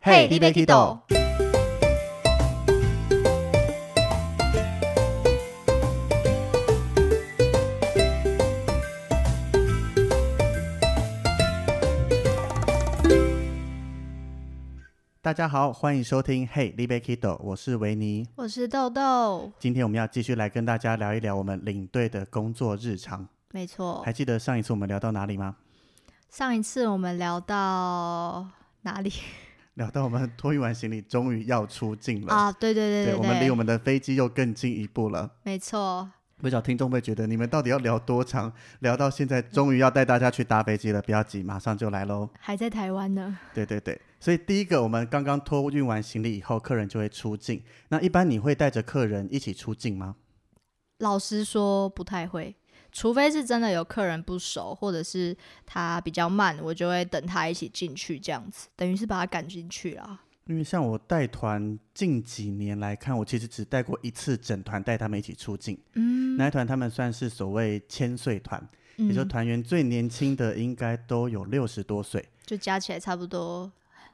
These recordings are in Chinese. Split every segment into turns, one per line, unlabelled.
嘿你要去倒
大家好，欢迎收听 Hey, l i b e Kido，我是维尼。
我是豆豆，
今天我们要继续来跟大家聊一聊我们领队的工作日常。
没错
还。记得上一次我们聊到哪里吗？
上一次我们聊到哪里
聊到我们托运完行李，终于要出境了。
啊？对对对
我们离我
对，
们的飞机又更进一步了。
没错。
不知道听众会觉得你们到底要聊多长？聊到现在，终于要带大家去搭飞机了，不要急，马上就来喽。
还在台湾呢，
对对对，所以第一个，我们刚刚托运完行李以后，客人就会出境。那一般你会带着客人一起出境吗？
老实说不太会，除非是真的有客人不熟，或者是他比较慢，我就会等他一起进去，这样子，等于是把他赶进去啦。
因为像我带团近几年来看，我其实只带过一次整团带他们一起出境。
嗯，
那一团他们算是所谓千岁团，也就
嗯
团员最年轻的应该都有六十多岁，
就加起来差不多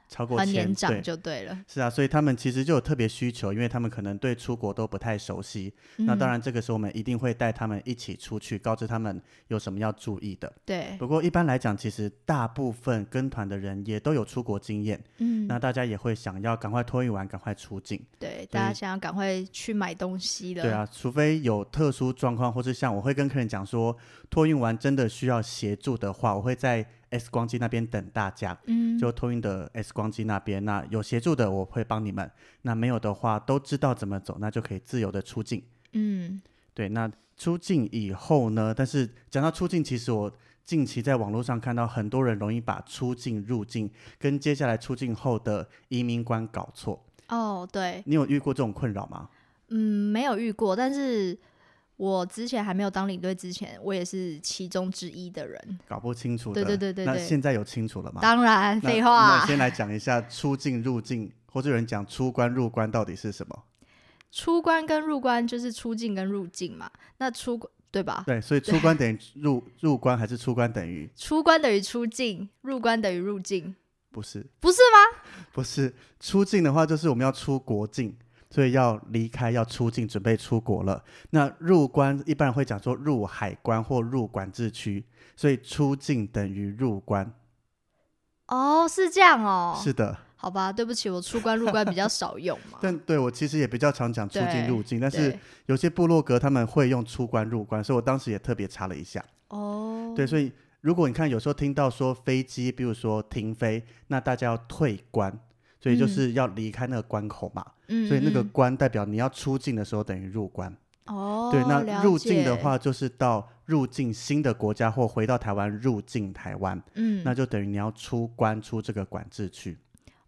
超过
很
千
年长
对。
就对了。
是啊，所以他们其实就有特别需求，因为他们可能对出国都不太熟悉。那
嗯
当然，这个时候我们一定会带他们一起出去，告知他们有什么要注意的。
对，
不过一般来讲，其实大部分跟团的人也都有出国经验，
嗯，
那大家也会想要赶快托运完，赶快出境。
对，大家想要赶快去买东西了。
对啊，除非有特殊状况，或是像我会跟客人讲说，托运完真的需要协助的话，我会在 X 光机那边等大家，
嗯，
就托运的 X 光机那边。那有协助的我会帮你们，那没有的话都知道怎么走，那就可以自由的出境。
嗯，
对，那出境以后呢？但是讲到出境，其实我近期在网络上看到很多人容易把出境、入境跟接下来出境后的移民官搞错。
哦，对，
你有遇过这种困扰吗？
嗯，没有遇过，但是我之前还没有当领队之前，我也是其中之一的人。
搞不清楚的。
对对对对
那
对
现在有清楚了吗？
当然，
那
废
那
话，
先来讲一下出境、入境，或者有人讲出关、入关到底是什么？
出关跟入关就是出境跟入境嘛。那出关对吧？
对，所以出关等于入，入关还是出关等于
出关等于出境，入关等于入境，
不是？
不是吗？
不是出境的话，就是我们要出国境，所以要离开，要出境，准备出国了。那入关一般人会讲说入海关或入管制区，所以出境等于入关。
哦，是这样哦。
是的，
好吧，对不起，我出关入关比较少用嘛。
但 对我其实也比较常讲出境
对
入境，但
对
是有些部落格他们会用出关入关，所以我当时也特别查了一下。
哦，
对，所以如果你看有时候听到说飞机，比如说停飞，那大家要退关，所以就
嗯
是要离开那个关口嘛。
嗯，
所以那个
嗯
关代表你要出境的时候等于入关。
哦，
对，那
了
入境的
解，
话就是到入境新的国家或回到台湾入境台湾，
嗯，
那就等于你要出关出这个管制区。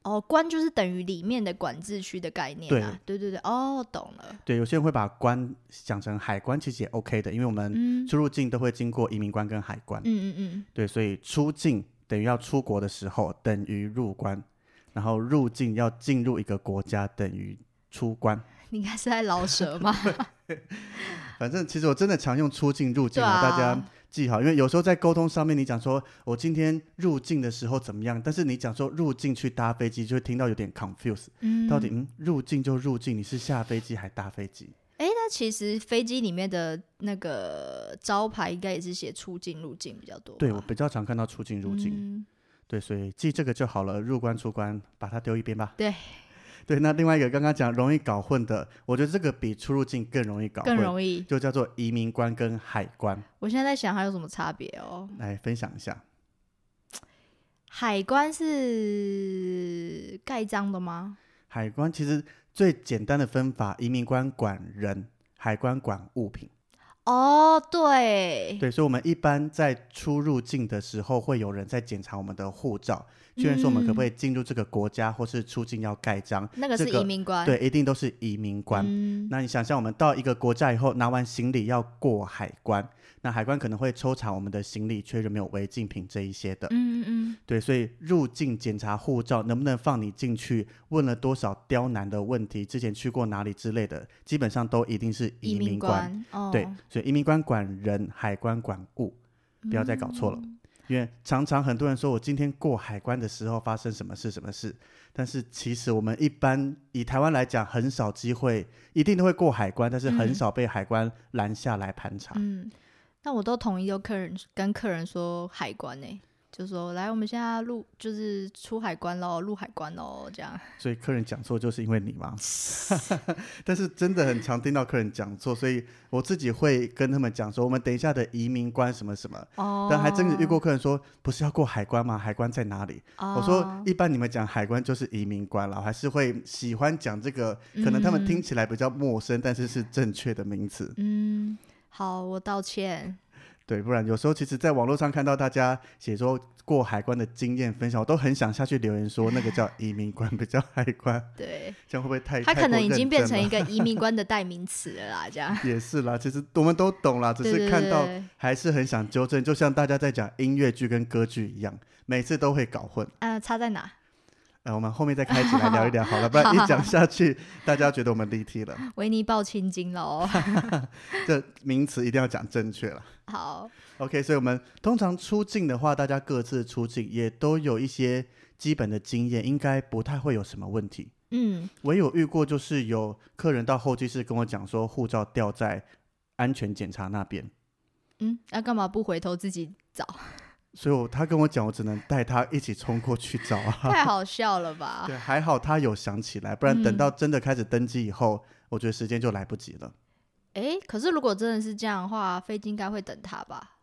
哦，关就是等于里面的管制区的概念啊。对对对，哦，懂了。
对，有些人会把关想成海关，其实也 OK 的，因为我们
嗯
出入境都会经过移民关跟海关
嗯。嗯嗯，
对，所以出境等于要出国的时候等于入关，然后入境要进入一个国家等于出关。
你应该是在老舌吗？
反正其实我真的常用出境、入境
对啊
大家记好，因为有时候在沟通上面，你讲说我今天入境的时候怎么样，但是你讲说入境去搭飞机，就会听到有点 confuse，、
嗯，
到底嗯入境就入境，你是下飞机还搭飞机？
哎，那其实飞机里面的那个招牌应该也是写出境入境比较多吧。
对我比较常看到出境、入境，
啊嗯
对，所以记这个就好了，入关、出关，把它丢一边吧。
对
对，那另外一个刚刚讲容易搞混的，我觉得这个比出入境更容易搞混，
更容易。
就叫做移民关跟海关，
我现在在想还有什么差别哦？
来分享一下。
海关是盖章的吗？
海关其实最简单的分法，移民官管人，海关管物品。
哦，对，
对，所以我们一般在出入境的时候，会有人在检查我们的护照，确认说我们可不可以进入这个国家，或是出境要盖章。
那个是
这个
移民官。
对，一定都是移民官。
嗯，
那你想象，我们到一个国家以后，拿完行李要过海关，那海关可能会抽查我们的行李，确认没有违禁品这一些的。
嗯嗯嗯，
对，所以入境检查护照能不能放你进去，问了多少刁难的问题，之前去过哪里之类的，基本上都一定是移
移
民官。
官。哦，
对，所以移民官管人，海关管物，不要再搞错了。
嗯
因为常常很多人说我今天过海关的时候发生什么事什么事，但是其实我们一般以台湾来讲，很少机会，一定都会过海关，但是很
嗯
少被海关拦下来盘查。
嗯，那我都统一跟客人跟客人说海关呢、就说来，我们现在入就是出海关喽，入海关喽，这样。
所以客人讲错就是因为你嘛。 但是真的很常听到客人讲错，所以我自己会跟他们讲说，我们等一下的移民关什么什么。
哦，
但还真的遇过客人说，不是要过海关吗？海关在哪里？
哦。
我说一般你们讲海关就是移民关了，我还是会喜欢讲这个，可能他们听起来比较陌生，但是是正确的名词。
嗯，好，我道歉。
对，不然有时候其实，在网络上看到大家写说过海关的经验分享，我都很想下去留言说那个叫移民关，不叫海关，
对
这样会不会太？
他
太
可能
过
已
认
经变
真啊
成
了
一个移民官的代名词了啦，这 样。
也是啦，其实我们都懂啦，只
对
是
对
看
对
到
对
还是很想纠正，就像大家在讲音乐剧跟歌剧一样，每次都会搞混。
啊，差在哪？
呃，我们后面再开起来聊一聊好了，不然一讲下去，大家觉得我们离题 了。
维尼抱青筋 喽。
这名词一定要讲正确了。
好，
OK，所以我们通常出境的话，大家各自出境也都有一些基本的经验，应该不太会有什么问题。
嗯，
我有遇过，就是有客人到候机室跟我讲说，护照掉在安全检查那边。
嗯，那、干嘛不回头自己找？
所以我他跟我讲，我只能带他一起冲过去找啊。
太好笑了吧？
对，还好他有想起来，不然等
嗯
到真的开始登机以后，我觉得时间就来不及了。
诶，可是如果真的是这样的话，飞机应该会等他吧？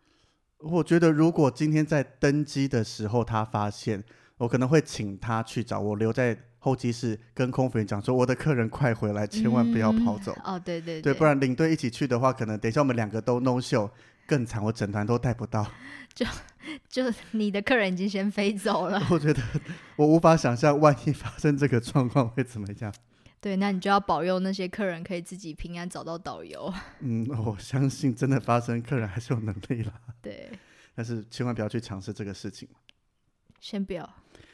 我觉得如果今天在登机的时候他发现，我可能会请他去找我，留在候机室跟空服员讲说，我的客人快回来，千万不要跑走。
哦，对对
对，不然领队一起去的话，可能等一下我们两个都 no show，更惨，我整团都带不 到。
就你的客人已经先飞走了，
我觉得我无法想象，万一发生这个状况会怎么样。
对，那你就要保佑那些客人可以自己平安找到导游。
嗯，我相信真的发生，客人还是有能力啦，
对，
但是千万不要去尝试这个事情。
先不要。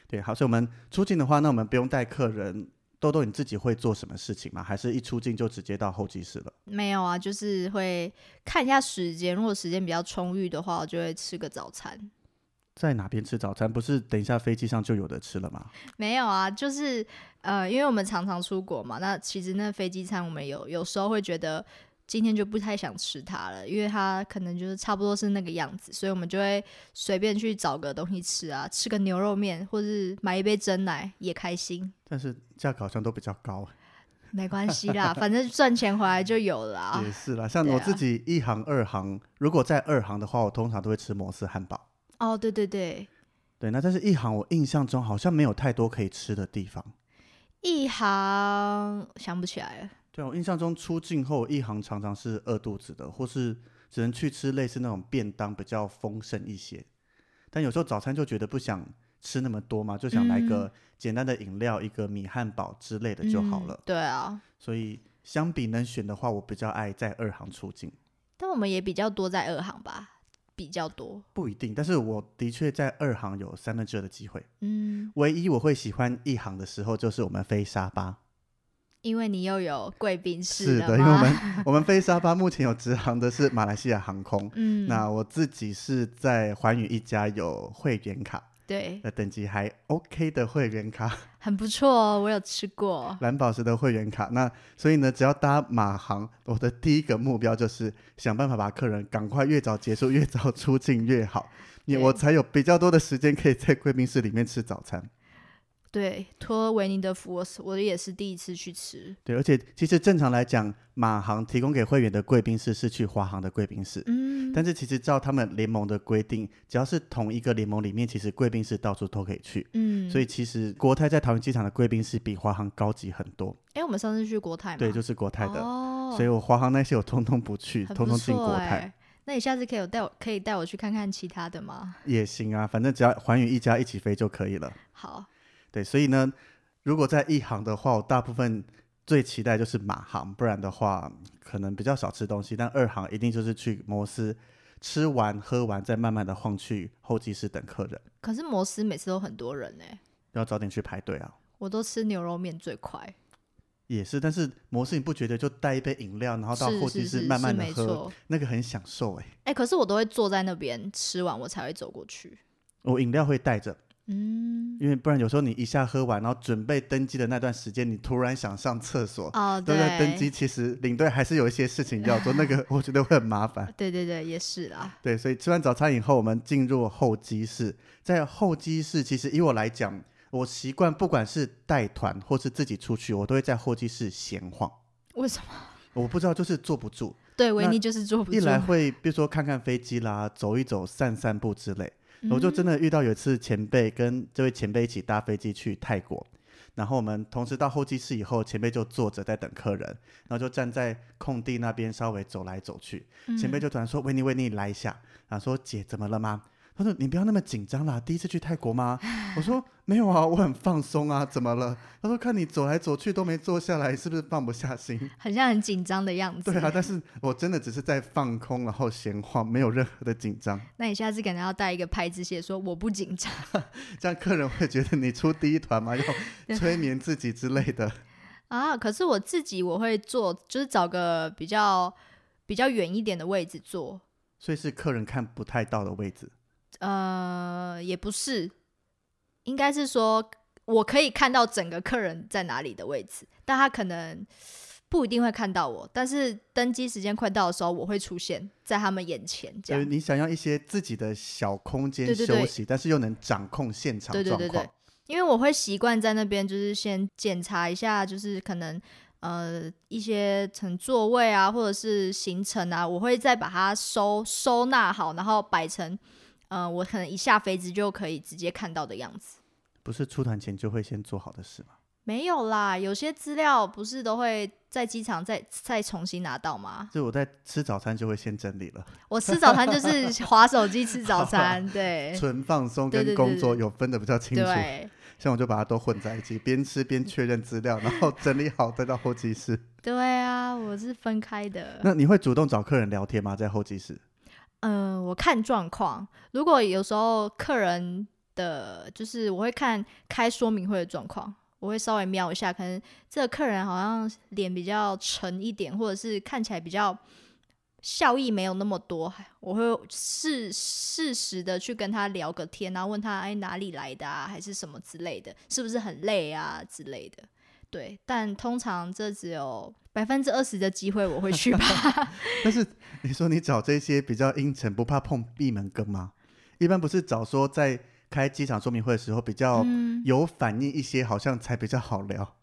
对，好，所以我们出境的话，那我们不用带客人。豆豆，你自己会做什么事情吗？还是一出境就直接到候机室了？
没有啊，就是会看一下时间，如果时间比较充裕的话，我就会吃个早餐。
在哪边吃早餐？不是等一下飞机上就有的吃了吗？
没有啊，就是呃，因为我们常常出国嘛，那其实那飞机餐我们有有时候会觉得今天就不太想吃它了，因为它可能就是差不多是那个样子，所以我们就会随便去找个东西吃啊，吃个牛肉面，或是买一杯真奶也开心，
但是价格好像都比较高，
没关系啦，反正赚钱回来就有了啊。
也 是啦。像
对
我
啊
自己一行、二行，如果在二行的话，我通常都会吃摩斯汉堡。
哦，对对对，
对，那但是一行我印象中好像没有太多可以吃的地方。
一行想不起来了。
对啊，我印象中出境后一行常常是饿肚子的，或是只能去吃类似那种便当比较丰盛一些。但有时候早餐就觉得不想吃那么多嘛，就想来个简单的饮料，一个米汉堡之类的就好
嗯
了。
对啊，
所以相比能选的话，我比较爱在二行出境，
但我们也比较多在二行吧，比较多。
不一定，但是我的确在二行有三分之二的机会。
嗯，
唯一我会喜欢一行的时候，就是我们飞沙巴。
因为你又有贵宾室
是
了吗
的，因为我们我们飞沙巴目前有直航的是马来西亚航空。
嗯，
那我自己是在环宇一家有会员卡，
对，
呃，等级还 OK 的会员卡，
很不错哦，我有吃过。
蓝宝石的会员卡。那所以呢，只要搭马航，我的第一个目标就是想办法把客人赶快越早结束，越早出境越 好，你
对
我才有比较多的时间可以在贵宾室里面吃早餐。
对，托维尼的福，我是我也是第一次去吃。
对，而且其实正常来讲，马航提供给会员的贵宾室是去华航的贵宾室。
嗯，
但是其实照他们联盟的规定，只要是同一个联盟里面，其实贵宾室到处都可以去。
嗯，
所
以，
以其实国泰在桃园机场的贵宾室比华航高级很多，
哎，我们上次去国泰嘛，
对，就是国泰的。
哦，
所以我华航那些我通通不去，
很
通
不
通进
错
国泰
哎。那你下次可以有带我，可以带我去看看其他的吗？
也行啊，反正只要环宇一家一起飞就可以了。
好，
对，所以呢，如果在一航的话，我大部分最期待就是马航，不然的话可能比较少吃东西。但二航一定就是去摩斯，吃完喝完再慢慢的晃去候机室等客人，
可是摩斯每次都很多人哎、
要早点去排队啊。
我都吃牛肉面最快。
也是，但是摩斯你不觉得就带一杯饮料，然后到候机
是
室
是
慢慢的
没
喝，
错。
那个很享受哎、
哎、可是我都会坐在那边吃完，我才会走过去。
我饮料会带着，
嗯，
因为不然有时候你一下喝完，然后准备登机的那段时间，你突然想上厕所，
哦，
对不
对，
对？登机其实领队还是有一些事情要做，那个我觉得会很麻烦。
对对对，也是啦。
对，所以吃完早餐以后，我们进入候机室。在候机室，其实以我来讲，我习惯不管是带团或是自己出去，我都会在候机室闲晃。
为什么？
我不知道，就是坐不住。
对，维
那
尼就是坐不住。
一来会比如说看看飞机啦，走一走、散散步之类。
嗯
我就真的遇到有一次前辈跟这位前辈一起搭飞机去泰国，然后我们同时到候机室以后，前辈就坐着在等客人，然后就站在空地那边稍微走来走去。前辈
嗯
就突然说：“维尼，维尼，来一下。”然后说：“姐，怎么了吗？”他说：“你不要那么紧张啦，第一次去泰国吗？”我说：“没有啊，我很放松啊，怎么了？”他说：“看你走来走去都没坐下来，是不是放不下心
很像很紧张的样？”子。
对啊，但是我真的只是在放空，然后闲晃，没有任何的紧张，
那你下次可能要带一个牌子写说我不紧张。
这样客人会觉得你出第一团嘛， 要催眠自己之类 的。
啊，可是我自己我会坐，就是找个比较比较远一点的位置坐。
所以是客人看不太到的位置。
呃，也不是，应该是说我可以看到整个客人在哪里的位置，但他可能不一定会看到我。但是登机时间快到的时候，我会出现在他们眼前，这
所以
样。
你想要一些自己的小空间
对
休息，
对对
但是又能掌控现场
对
状
对
况。
对对，因为我会习惯在那边，就是先检查一下，就是可能呃一些层座位啊，或者是行程啊，我会再把它收收纳好，然后摆成呃我可能一下飞机就可以直接看到的样子。
不是出团前就会先做好的事吗？
没有啦，有些资料不是都会在机场再再重新拿到吗？
就我在吃早餐就会先整理了，
我吃早餐就是 划手机吃早餐，对
纯放松
对
跟
对对
工作
哎对
有分的比较清楚。
对
像我就把它都混在 一起，边吃边确认资料，然后整理好再到候机室。
对啊，我是分开的。
那你会主动找客人聊天吗？在候机室？
嗯，我看状况。如果有时候客人的，就是我会看开说明会的状况，我会稍微瞄一下，可能这个客人好像脸比较沉一点，或者是看起来比较笑意没有那么多，我会适适时的去跟他聊个天，然后问他哎哪里来的啊，还是什么之类的，是不是很累啊之类的。对，但通常这只有百分之二十的机会我会去吧。
但是你说你找这些比较阴沉，不怕碰闭门羹吗？一般不是找说在开机场说明会的时候比较
嗯，
有反应一些，好像才比较好聊，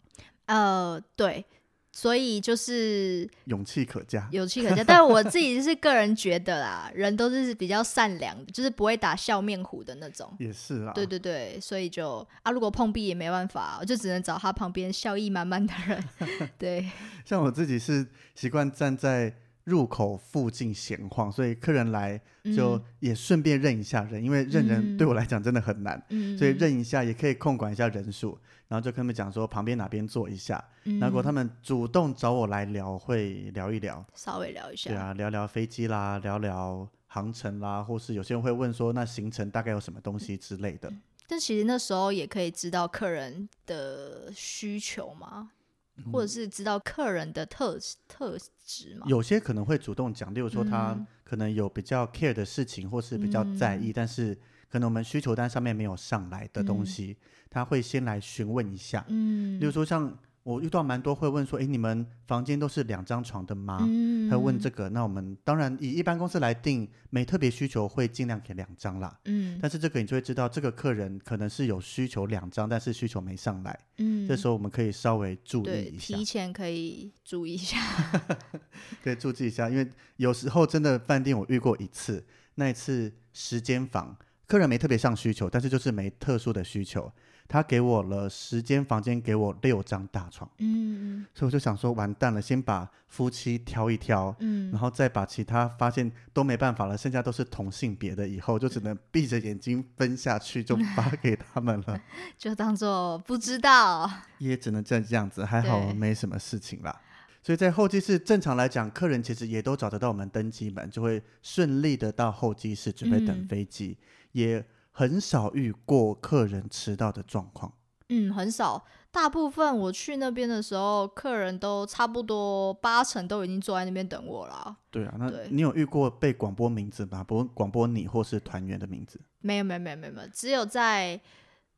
呃，对，所以就是
勇气可嘉。
有气可嘉。但我自己是个人觉得啦，人都是比较善良的，就是不会打笑面虎的那种。
也是啦，
对对对，所以就啊，如果碰壁也没办法，我就只能找他旁边笑意满满的人。 对，
像我自己是习惯站在入口附近闲晃，所以客人来就
嗯
也顺便认一下人，因为认人
嗯
对我来讲真的很难，
嗯，
所以认一下也可以控管一下人数，然后就跟他们讲说旁边哪边坐一下。
嗯，
如果他
们
们主动找我来聊，会聊一聊，
稍微聊一下，
对啊，聊聊飞机啦，聊聊航程啦，或是有些人会问说那行程大概有什么东西之类的。
但其实那时候也可以知道客人的需求嘛，或者
嗯
是知道客人的特特质嘛。
有些可能会主动讲，例如说他
嗯
可能有比较 care 的事情，或是比较在意，但是可能我们需求单上面没有上来的东
嗯
西，他会先来询问一下。
嗯
例如说，像我遇到蛮多会问说，诶，你们房间都是两张床的吗？
嗯，
啊他会问这个，那我们当然以一般公司来定，没特别需求会尽量给两张啦。
嗯，
但是这个你就会知道，这个客人可能是有需求两张，但是需求没上来，
嗯，
这时候我们可以稍微注意
对，
一下。
提前可以注意一下。
对，注记一下，因为有时候真的饭店我遇过一次，那一次十间房，客人没特别上需求，但是就是没特殊的需求，他给我了十间房间，给我六张大床，
嗯
所以我就想说完蛋了，先把夫妻挑一挑。
嗯，
然后再把其他发现都没办法了，剩下都是同性别的，以后就只能闭着眼睛分下去，就发给他们了，
就当做不知道。
也只能这样子，还好
对
没什么事情啦。所以在候机室，正常来讲，客人其实也都找得到我们登机门，就会顺利的到候机室准备等
嗯
飞机，也很少遇过客人迟到的状况。
嗯，很少。大部分我去那边的时候，客人都差不多八成都已经坐在那边等我了。
对啊，那
对
你有遇过被广播名字吗？不，广播你或是团员的名字？
没有，没有，没有，没有，没有，只有在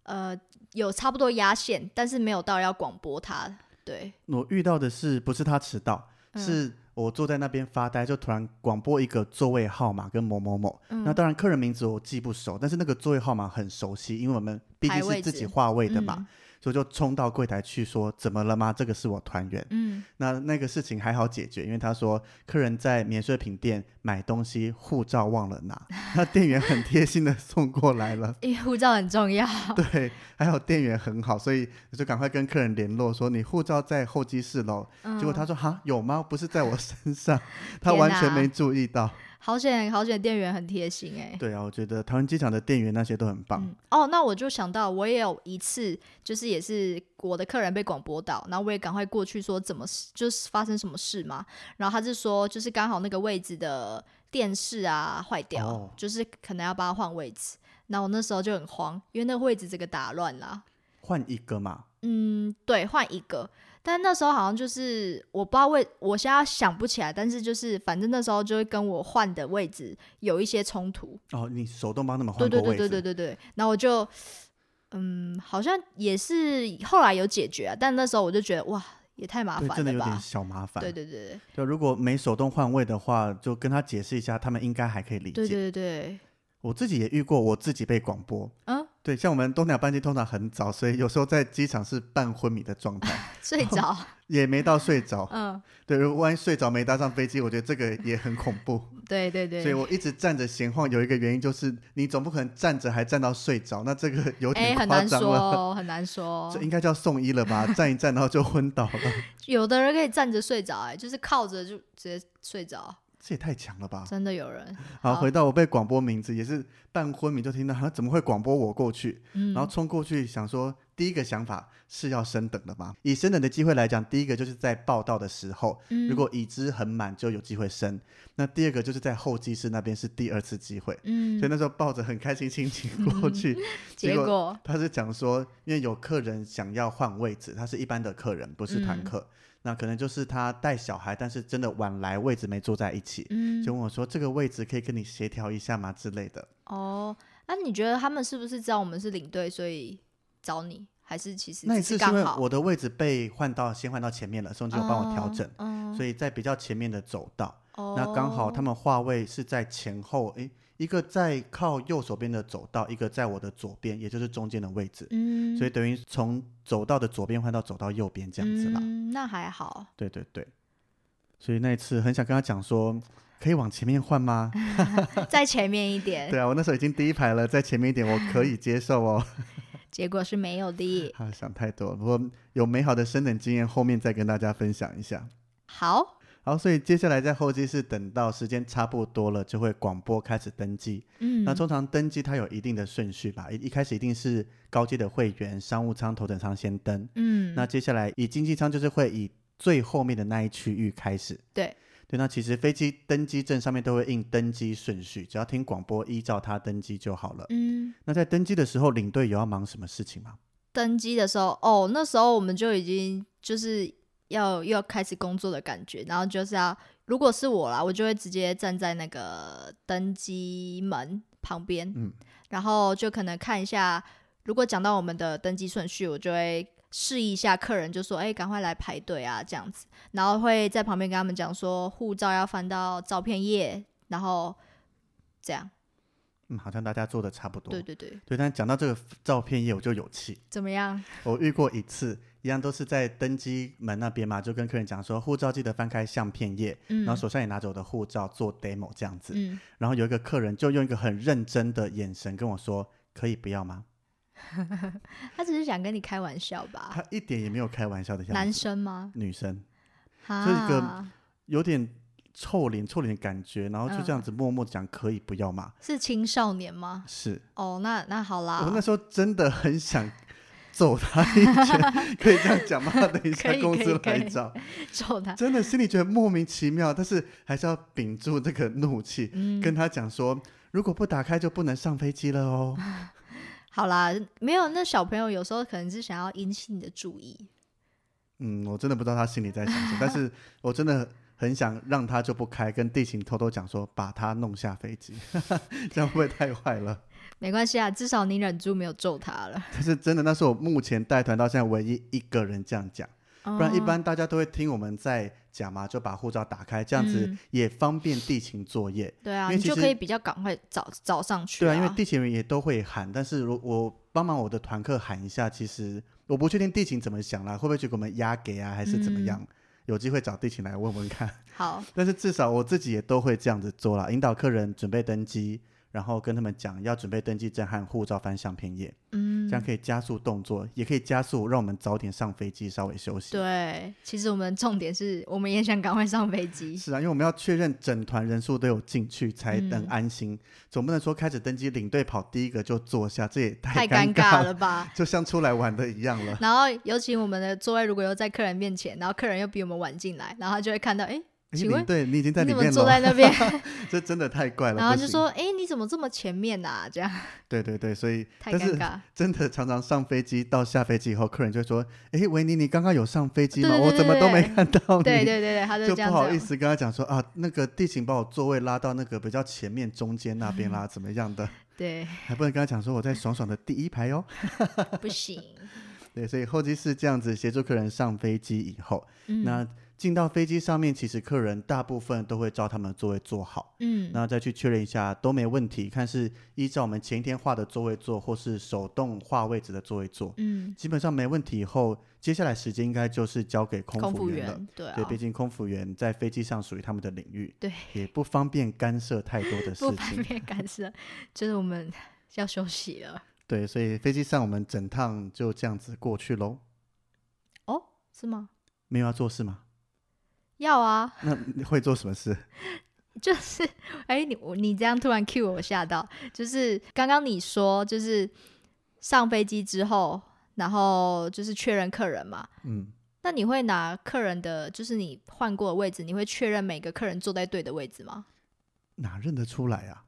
呃有差不多压线，但是没有到要广播他。对，
我遇到的是不是他迟到？
嗯
是我坐在那边发呆，就突然广播一个座位号码跟某某某。
嗯
那当然，客人名字我记不熟，但是那个座位号码很熟悉，因为我们毕竟
排位
是自己
置
划位的嘛，
嗯
所以就冲到柜台去说：“怎么了吗？这个是我团员。”
嗯，
那那个事情还好解决，因为他说客人在免税品店买东西，护照忘了拿，那店员很贴心的送过来了。
因为护照很重要。
对，还好店员很好，所以我就赶快跟客人联络说你护照在候机室喽。
嗯
结果他说哈有吗？不是在我身 上，他
天
完
哪
全没注意到。
好险，好险，店员很贴心哎、
对啊，我觉得台湾机场的店员那些都很棒。
嗯，哦，那我就想到，我也有一次，就是也是我的客人被广播到，然后我也赶快过去说怎么事就是发生什么事嘛。然后他是说，就是刚好那个位置的电视啊坏掉，
哦
就是可能要帮他换位置。那我那时候就很慌，因为那个位置整个打乱啦。
换一个嘛，
嗯，对，换一个。但那时候好像就是我不知道为，我现在想不起来，但是就是反正那时候就会跟我换的位置有一些冲突，
哦，你手动帮他们
对
换过
对
位置。
对对对对对，然后我就，嗯，好像也是后来有解决、啊，但那时候我就觉得哇，也太麻
对
烦
真的
了
有点
吧。
小麻烦。
对对对
就如果没手动换位的话，就跟他解释一下，他们应该还可以理解。
对对对对，
我自己也遇过，我自己被广播。
嗯，
对，像我们东南亚班机通常很早，所以有时候在机场是半昏迷的状态，
睡着，
也没到睡着。
嗯，
对，如果万一睡着没搭上飞机，我觉得这个也很恐怖。
对对 对。
所以我一直站着闲晃，有一个原因就是你总不可能站着还站到睡着，那这个有
哎、
点
很
夸
难
张
说
了。
哦， 很难说哦
这。应该叫送医了 吧？站一站，然后就昏倒了，
有的人可以站着睡着，哎，就是靠着就直接睡着，
这也太强了吧！
真的有人。
好，
好
回到我被广播名字，也是半昏迷就听到，啊怎么会广播我过去？
嗯，
然后冲过去想说，第一个想法是要升等的吗？以升等的机会来讲，第一个就是在报道的时候，
嗯
如果已知很满就有机会升；那第二个就是在候机室那边是第二次机会。所以
嗯，
那时候抱着很开心心情过去，结
结
果
果
他是讲说，因为有客人想要换位置，他是一般的客人，不是团
嗯
客，那可能就是他带小孩，但是真的晚来，位置没坐在一起，
嗯
就问我说这个位置可以跟你协调一下吗之类的。
哦，那你觉得他们是不是知道我们是领队，所以找你，还是其实
那一
只
次是因
刚
为
好
我的位置被换到，先换到前面了，中间有帮我调整，
嗯，
所以在比较前面的走道。
哦
那刚好他们划位是在前后，诶，一个在靠右手边的走道，一个在我的左边，也就是中间的位置。
嗯，
所以等于从走道的左边换到走道右边这样子啦。
嗯，那还好，
对对对，所以那一次很想跟他讲说，可以往前面换吗？
在前面一点，
对啊，我那时候已经第一排了，在前面一点，我可以接受哦。
结果是没有的。
啊，想太多了，不过有美好的升等经验，后面再跟大家分享一下。
好，
好，所以接下来在候机室等到时间差不多了，就会广播开始登记。
嗯，
那通常登记它有一定的顺序吧，一一开始一定是高阶的会员、商务舱、头等舱先登。
嗯，
那接下来以经济舱就是会以最后面的那一区域开始。
对
对，那其实飞机登机证上面都会印登机顺序，只要听广播依照它登机就好了。
嗯，
那在登机的时候，领队有要忙什么事情吗？
登机的时候，哦，那时候我们就已经就是要要开始工作的感觉，然后就是要，如果是我啦，我就会直接站在那个登机门旁边，
嗯，
然后就可能看一下，如果讲到我们的登机顺序，我就会示意一下客人，就说，哎、赶快来排队啊，这样子，然后会在旁边跟他们讲说，护照要翻到照片页，然后这样，
嗯，好像大家做的差不多。
对对对，
对，但讲到这个照片页，我就有气。
怎么样？
我遇过一次，一样都是在登机门那边嘛，就跟客人讲说，护照记得翻开相片页，
嗯，
然后手上也拿着我的护照做 demo 这样子。
嗯，
然后有一个客人就用一个很认真的眼神跟我说：“可以不要吗
他只是想跟你开玩笑？”吧。
他一点也没有开玩笑的样
啊男
子，
生吗？
女生
啊，
是一个有点臭脸臭脸的感觉，然后就这样子
嗯
默默地讲：“可以不要吗
是青少年吗？”？
是
哦，那那好啦，
我 那时候真的很想。揍他一拳，可以这样 讲吗？等一下
可以
公
可
司
以可
来
以
找，
揍他。
真的心里觉得莫名其妙，但是还是要屏住这个怒气，
嗯，
跟他讲说，如果不打开就不能上飞机了哦。
好啦，没有，那小朋友有时候可能是想要引起你的注意，
嗯，我真的不知道他心里在想什么，但 是我真的很想让他就不开，跟地勤偷偷讲说把他弄下飞机， 这样会不会太坏了？
没关系啊，至少你忍住没有揍他了。
但是真的，那是我目前带团到现在唯一一个人这样讲，
不
不然一般大家都会听我们在讲嘛，就把护照打开，这样子
嗯
也方便地勤作业。
对啊，
因为
你
其
就
实
可以比较赶快找找上去、
对啊，因为地勤员也都会喊，但是如我帮忙我的团客喊一下，其实我不确定地勤怎么想啦，会不会去给我们压给啊，还是怎么
嗯
样？有机会找地勤来问问看。
好，
但是至少我自己也都会这样子做啦，引导客人准备登机，然后跟他们讲要准备登机证和护照翻相片页，
嗯，
这样可以加速动作，也可以加速让我们早点上飞机，稍微休息。
对，其实我们重点是我们也想赶快上飞机。
是啊，因为我们要确认整团人数都有进去，才
嗯
能安心。总不能说开始登机，领队跑第一个就坐下，这也
太
尴
尴尬
了，
了吧！
就像出来玩的一样了。
然后，尤其我们的座位如果又在客人面前，然后客人又比我们晚进来，然后他就会看到，哎，请问
对你已经在里
你怎么
面
坐
了，
在那边？
这真的太怪了。
然后
不
就
行
说，哎，你怎么这么前面呐、这样
对对对，所以
太
但
尴
是
尬。
真的常常上飞机到下飞机以后，客人就会说：“诶，维尼，你刚刚有上飞机吗？
对对对
我怎么都没看到你。
对对对对，他 就
就
这
不
样
好意
子。
思跟他讲说啊，那个地勤把我座位拉到那个比较前面中间那边啦，怎么样的，
对，
还不能跟他讲说我在爽爽的第一排哦。
不行。
对，所以候机室这样子协助客人上飞机以后，
嗯
那进到飞机上面，其实客人大部分都会照他们的座位坐好。
嗯，
那再去确认一下都没问题，看是依照我们前一天画的座位坐，或是手动画位置的座位坐，
嗯，
基本上没问题。以后接下来时间应该就是交给空
空
服
服
员了。
员，对啊，
对，毕竟空服员在飞机上属于他们的领域，
对，
也不方便干涉太多的事
不方
情。
便干涉，就是我们 要休息了。
对，所以飞机上我们整趟就这样子过去喽。
哦，是吗？
没有要做事 吗？
要啊，
那你会做什么事？
就是，哎、你我你这样突然 cue 我我吓到，就是刚刚你说，就是上飞机之后，然后就是确认客人嘛，
嗯，
那你会拿客人的，就是你换过的位置，你会确认每个客人坐在对的位置吗？
哪认得出来啊？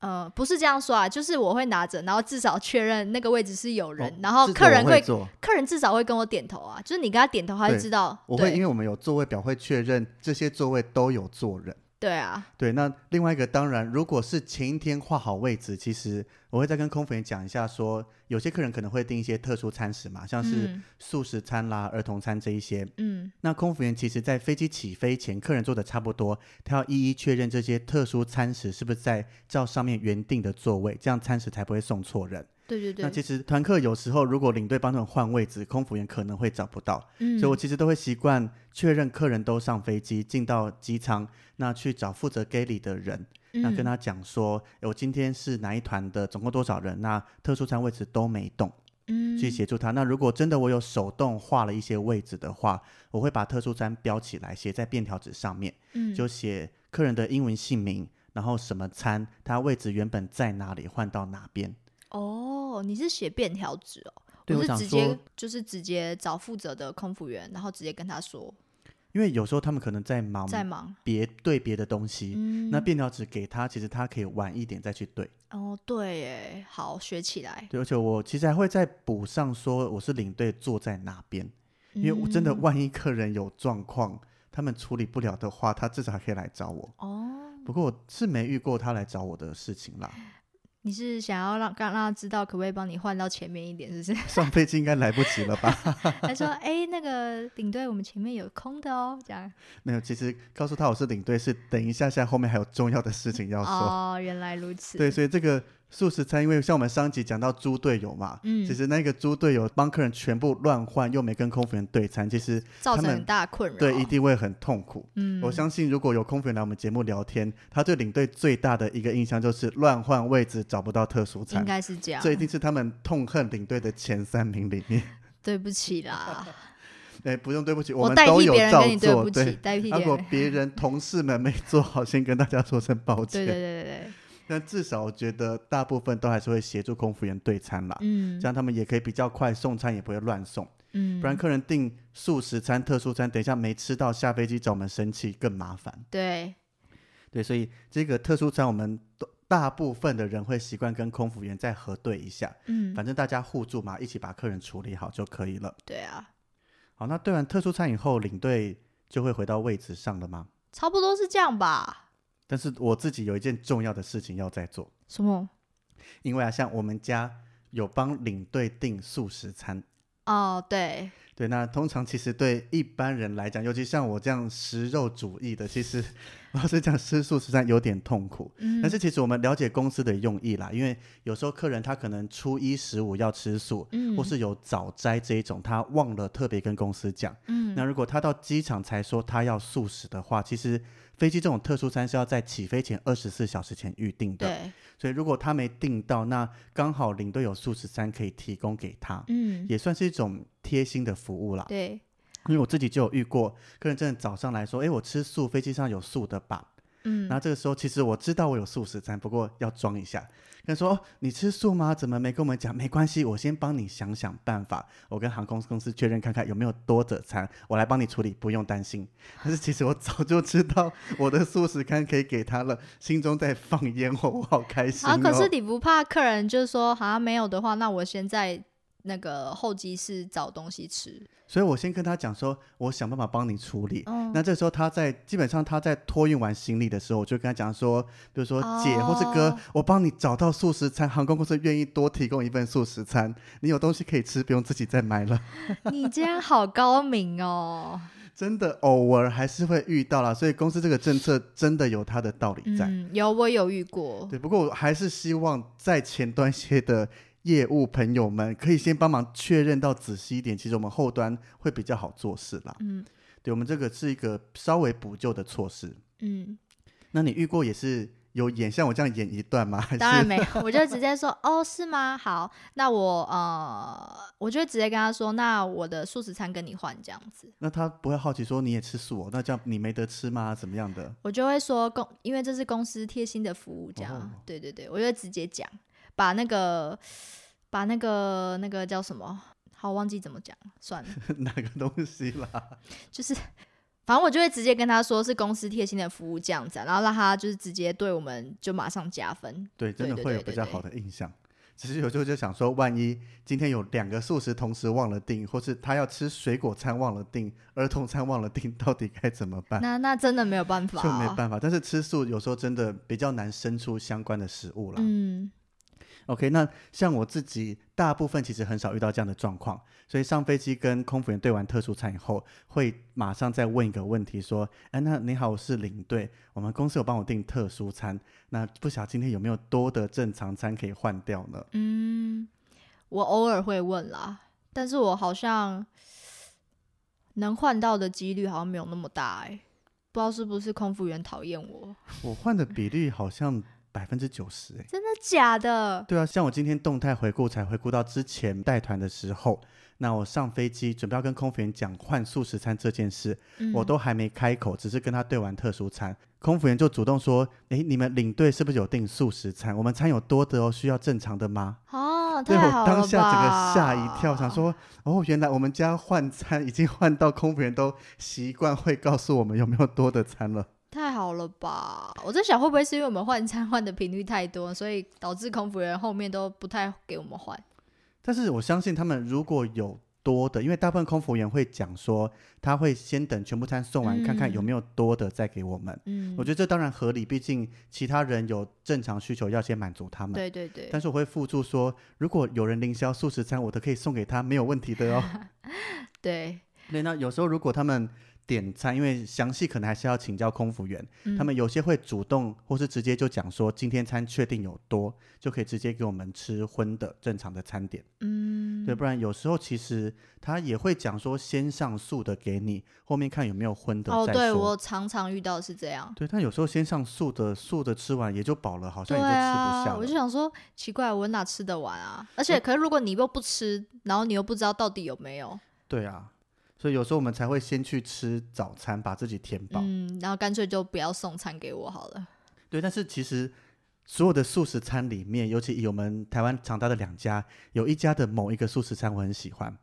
呃，不是这样说啊，就是我会拿着，然后至少确认那个位置是有人，
哦
然后
这个
客人
我会做，
客人至少会跟我点头啊，就是你跟他点头，他就
对
知道，
我会因
对
为我们有座位表会确认这些座位都有坐人。
对啊，
对，那另外一个当然，如果是前一天画好位置，其实我会再跟空服员讲一下说，有些客人可能会订一些特殊餐食嘛，像是
嗯
素食餐啦、儿童餐这一些。
嗯
那空服员其实，在飞机起飞前，客人做的差不多，他要一一确认这些特殊餐食是不是在照上面原定的座位，这样餐食才不会送错人。
对对
那其
对，
实团客有时候如果领队帮他们换位置，空服员可能会找不到，
嗯
所以我其实都会习惯确认客人都上飞机，进到机舱，那去找负责 galley 的人，那跟
嗯
他讲说，诶我今天是哪一团的，总共多少人，那特殊餐位置都没动，
嗯
去协助他。那如果真的我有手动画了一些位置的话，我会把特殊餐标起来，写在便条纸上面，
嗯
就写客人的英文姓名，然后什么餐，他位置原本在哪里，换到哪边。
哦，你是写便条纸哦，
对我
是
想
直
说
接就是直接找负责的空服员，然后直接跟他说
因为有时候他们可能在忙
在忙，
别对别的东西，
嗯，
那便条纸给他，其实他可以晚一点再去对。
哦对耶，好学起来，
对，而且我其实还会再补上说我是领队坐在哪边，因为我真的
嗯
万一客人有状况，他们处理不了的话，他至少还可以来找我。
哦，
不过我是没遇过他来找我的事情啦，
你是想要让让让他知道可不可以帮你换到前面一点，是不是？
上飞机应该来不及了吧？
他说哎、那个领队我们前面有空的哦，这样
没有，其实告诉他我是领队是等一下下，后面还有重要的事情要说。
哦，原来如此，
对，所以这个素食餐，因为像我们上集讲到猪队友嘛，
嗯
其实那个猪队友帮客人全部乱换，又没跟空服员对餐，其实
造
他
成
们
很大困扰，
对一定会很痛苦。
哦嗯，
我相信，如果有空服员来我们节目聊天，他对领队最大的一个印象就是乱换位置，找不到特殊
应
餐，
该是这样
这，一定是他们痛恨领队的前三名里面。
对不起啦，
哎，不用对不起，
我
们
代
都
替
有
别人
照
跟你对
做。
不起，
对，
代替
如
别
果
人，
别人同事们没做好，先跟大家说声抱歉。
对对对对对，
但至少我觉得大部分都还是会协助空服员对餐啦，
嗯
这样他们也可以比较快送餐，也不会乱送。
嗯，
不然客人订素食餐、特殊餐，等一下没吃到下飞机找我们生气更麻烦。
对，
对，所以这个特殊餐我们都大部分的人会习惯跟空服员再核对一下，
嗯，
反正大家互助嘛，一起把客人处理好就可以了。
对啊，
好，那对完特殊餐饮后，领队就会回到位置上了吗？
差不多是这样吧？
但是我自己有一件重要的事情要再做，
什么？
因为啊，像我们家有帮领队订素食餐，
哦，对，
对，那通常其实对一般人来讲，尤其像我这样食肉主义的，其实老实讲吃素食餐有点痛苦。
嗯
但是其实我们了解公司的用意啦，因为有时候客人他可能初一十五要吃素，
嗯，
或是有早斋这一种，他忘了特别跟公司讲。
嗯
那如果他到机场才说他要素食的话，其实飞机这种特殊餐是要在起飞前二十四小时前预定的。
对，
所以如果他没订到，那刚好领队有素食餐可以提供给他，
嗯，
也算是一种贴心的服务啦。
对，
因为我自己就有遇过，客人真的早上来说，诶，我吃素，飞机上有素的吧？
嗯
然后这个时候，其实我知道我有素食餐，不过要装一下，跟他说、哦、你吃素吗？怎么没跟我们讲？没关系，我先帮你想想办法，我跟航空公司确认看看有没有多者餐，我来帮你处理，不用担 心。但是其实我早就知道我的素食餐可以给他了，心中在放烟火，我好开心、哦。
啊，可是你不怕客人就是说，好、像没有的话，那我先在那个候机室找东西吃。
所以我先跟他讲说，我想办法帮你处理。
嗯，
那这时候他在基本上他在托运完行李的时候，我就跟他讲说，比如说
哦
姐或是哥，我帮你找到素食餐，航空公司愿意多提供一份素食餐，你有东西可以吃，不用自己再买了。
你这样好高明哦。
真的偶尔还是会遇到啦，所以公司这个政策真的有它的道理在。
嗯，有我有遇过。
对，不过我还是希望在前端一些的业务朋友们可以先帮忙确认到仔细一点，其实我们后端会比较好做事啦。
嗯
对，我们这个是一个稍微补救的措施。
嗯，
那你遇过也是有演像我这样演一段 吗？还
当然
是
没有，我就直接说哦，是吗？好，那我呃，我就直接跟他说，那我的素食餐跟你换这样子。
那他不会好奇说你也吃素、哦，那这样你没得吃吗？怎么样的？
我就会说公，因为这是公司贴心的服务，这样、
哦
对对对，我就会直接讲，把那个把那个那个叫什么，好忘记怎么讲了，算了，
哪个东西 啦？
就是反正我就会直接跟他说是公司贴心的服务这样子啊、然后让他就是直接对我们就马上加分，
对，真的
对对
会有
对
比
对
较
对
好的印象。只是有时候就想说，万一今天有两个素食同时忘了订，或是他要吃水果餐忘了订，儿童餐忘了订，到底该怎么办？
那那真的没有办法、
啊就没
哦，
办法。但是吃素有时候真的比较难生出相关的食物啦。
嗯
OK，那像我自己，大部分其实很少遇到这样的状况，所以上飞机跟空服员对完特殊餐以后，会马上再问一个问题，说：“哎，那你好，我是领队，我们公司有帮我订特殊餐，那不晓得今天有没有多的正常餐可以换掉呢
嗯，我偶尔会问啦，但是我好像能换到的几率好像没有那么大哎、不知道是不是空服员讨厌我。？”
我换的比率好像百分之九十，哎，
真的假的？
对啊，像我今天动态回顾才回顾到之前带团的时候，那我上飞机准备要跟空服员讲换素食餐这件事，
嗯
我都还没开口，只是跟他对完特殊餐，空服员就主动说：“诶，你们领队是不是有订素食餐？我们餐有多的哦，需要正常的吗
哦，？”
对
太
我
好了
当下整个
吧
吓一跳，想，说：“哦，原来我们家换餐已经换到空服员都习惯会告诉我们有没有多的餐了。
太好了吧？我在想会不会是因为我们换餐换的频率太多，所以导致空服员后面都不太给我们换。”
但是我相信他们如果有多的，因为大部分空服员会讲说，他会先等全部餐送完，看看有
嗯
没有多的再给我们。
嗯，
我觉得这当然合理，毕竟其他人有正常需求要先满足他们。
对对对，
但是我会附注说，如果有人零销素食餐，我都可以送给他，没有问题的 哦。
对，
对，那有时候如果他们点餐，因为详细可能还是要请教空服员，
嗯
他们有些会主动或是直接就讲说，今天餐确定有多，就可以直接给我们吃荤的正常的餐点。
嗯，
对，不然有时候其实他也会讲说，先上素的给你，后面看有没有荤的
哦，
再
对
说。
我常常遇到是这样。
对，但有时候先上素的，素的吃完也就饱了，好像
对
也就吃不
啊
下，
我就
了。
想说，奇怪，我哪吃得完啊？而且，可是如果你又不吃，然后你又不知道到底有没有，
对啊，所以有时候我们才会先去吃早餐，把自己填饱。
嗯，然后干脆就不要送餐给我好了。
对，但是其实所有的素食餐里面，尤其以我们台湾长大的两家，有一家的某一个素食餐我很喜欢，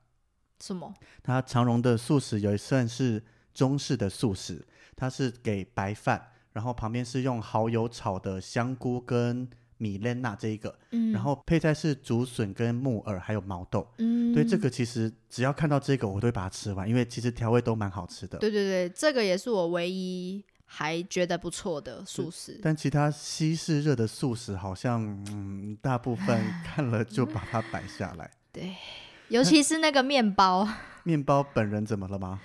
什么？
它长荣的素食有一算是中式的素食，它是给白饭、然后旁边是用蚝油炒的香菇跟米莲娜这一个，
嗯，
然后配菜是竹笋跟木耳还有毛豆。
嗯，
对这个其实只要看到这个，我都会把它吃完，因为其实调味都蛮好吃的。
对对对，这个也是我唯一还觉得不错的素食。
但其他西式热的素食好像，嗯，大部 分看了就把它摆下来。
尤其是那个面包，
面包本人怎么了吗？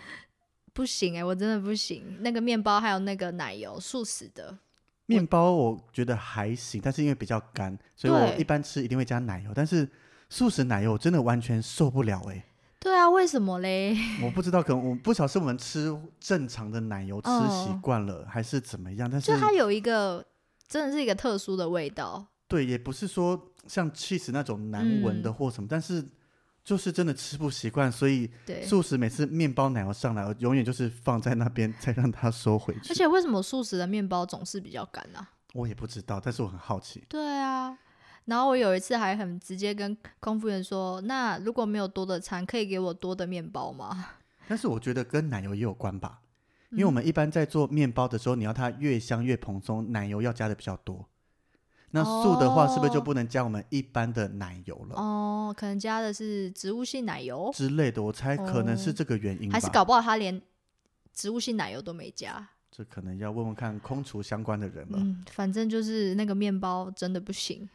不行哎、我真的不行。那个面包还有那个奶油，素食的。
面包我觉得还行，但是因为比较干，所以我
对
一般吃一定会加奶油。但是素食奶油我真的完全受不了 哎、
对啊，为什么嘞？
我不知道，可能我不晓得是我们吃正常的奶油吃习惯了，还是怎么样。但是
哦就它有一个真的是一个特殊的味道。
对，也不是说像 cheese 那种难闻的
嗯
或什么，但是就是真的吃不习惯，所以
对，
素食每次面包奶油上来，我永远就是放在那边，再让它收回
而
去。
且为什么素食的面包总是比较干啊？
我也不知道，但是我很好奇。
对啊。然后我有一次还很直接跟空服员说：“那如果没有多的餐，可以给我多的面包吗
但是我觉得跟奶油也有关吧，因为我们一般在做面包的时候，你要它越香越蓬松，奶油要加的比较多。那素的话，是不是就
哦
不能加我们一般的奶油？”了、
哦，可能加的是植物性奶油，
之类的？我猜可能是
哦
这个原因吧。
还是搞不好他连植物性奶油都没加。
这可能要问问看空厨相关的人了。
嗯，反正就是那个面包真的不行。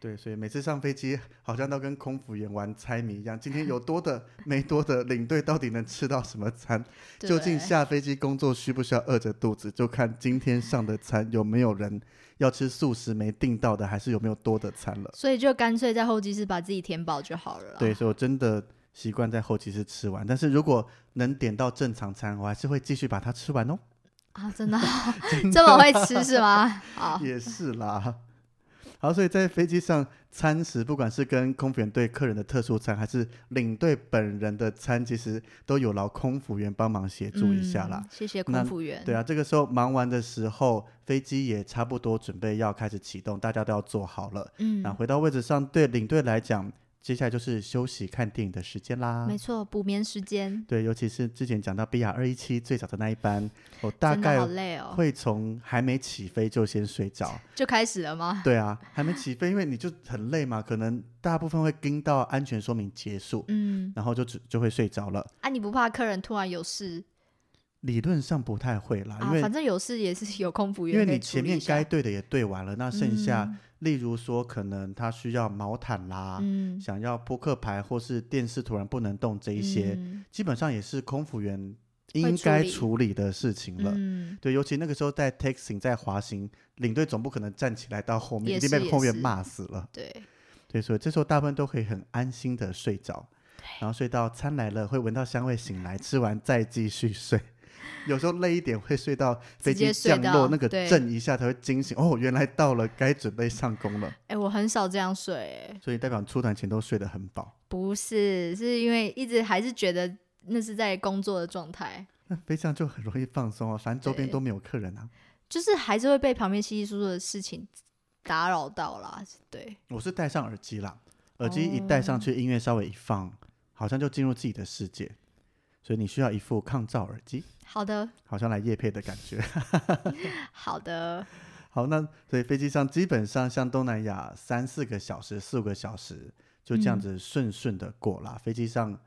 对，所以每次上飞机好像都跟空服员玩猜谜一样，今天有多的没多的，领队到底能吃到什么餐？
对
究竟下飞机工作需不需要饿着肚子，就看今天上的餐有没有人要吃素食没订到的，还是有没有多的餐了。
所以就干脆在候机室把自己填饱就好了啦。
对，所以我真的习惯在后期是吃完，但是如果能点到正常餐，我还是会继续把它吃完哦。
啊，真 的啊这么会吃是吗？好，
也是啦。好，所以在飞机上餐食，不管是跟空服员对客人的特殊餐，还是领队本人的餐，其实都有劳空服员帮忙协助一下啦。
嗯谢谢
那
空服员。
对啊，这个时候忙完的时候，飞机也差不多准备要开始启动，大家都要做好了。
嗯
那、，回到位置上，对领队来讲，接下来就是休息看电影的时间啦。
没错，补眠时间
对，尤其是之前讲到 BR 二一七最早的那一班，我大
真的
概
好累哦，
会从还没起飞就先睡 着。
就开始了吗？
对啊，还没起飞，因为你就很累嘛，可能大部分会跟到安全说明结束，
嗯，
然后就只就会睡着了。
啊，你不怕客人突然有事
理论上不太会啦，因
啊？
为、
反正有事也是有空服
因
员
为
可以
你
处
前
理一
面
下
该对的也对完了，那剩下、啊
嗯
例如说可能他需要毛毯啦，
嗯
想要扑克牌或是电视突然不能动这一些，
嗯
基本上也是空服员
会
应
处
该
理
处理的事情了。
嗯，
对，尤其那个时候在 taxing 在滑行，领队总不可能站起来到后面，
也
一定
是
被
也
后面
是
骂死了。
对，
对，所以这时候大部分都可以很安心的睡着，然后睡到餐来了会闻到香味醒来，吃完再继续睡。有时候累一点会睡到飞
直接
机
睡
降落
到
那个
对
震一下才会惊醒，哦，原来到了，该准备上工了。
哎，我很少这样睡欸。
所以代表你出团前都睡得很饱。
不是，是因为一直还是觉得那是在工作的状态，
那飞机上就很容易放松啊，反正周边
对
都没有客人啊。
就是还是会被旁边稀稀疏疏的事情打扰到啦。对，
我是戴上耳机啦，耳机一戴上去，音乐稍微一放，好像就进入自己的世界。所以你需要一副抗噪耳机，
好的，
好像来夜配的感觉。
好的，
好，那所以飞机上基本上像东南亚三四个小时、四五个小时就这样
嗯
子顺顺的过啦。飞机上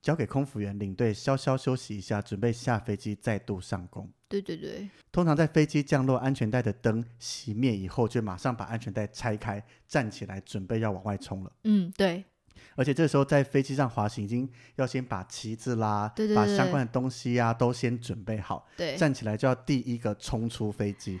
交给空服员领队稍稍休息一下，准备下飞机再度上工。
对对对，
通常在飞机降落，安全带的灯熄灭以后，就马上把安全带拆开，站起来准备要往外冲了。
嗯，对，
而且这时候在飞机上滑行，已经要先把旗子啦，
对对
把
对
相
对
关的东西呀、都先准备 好，
对，
站起来就要第一个冲出飞 机。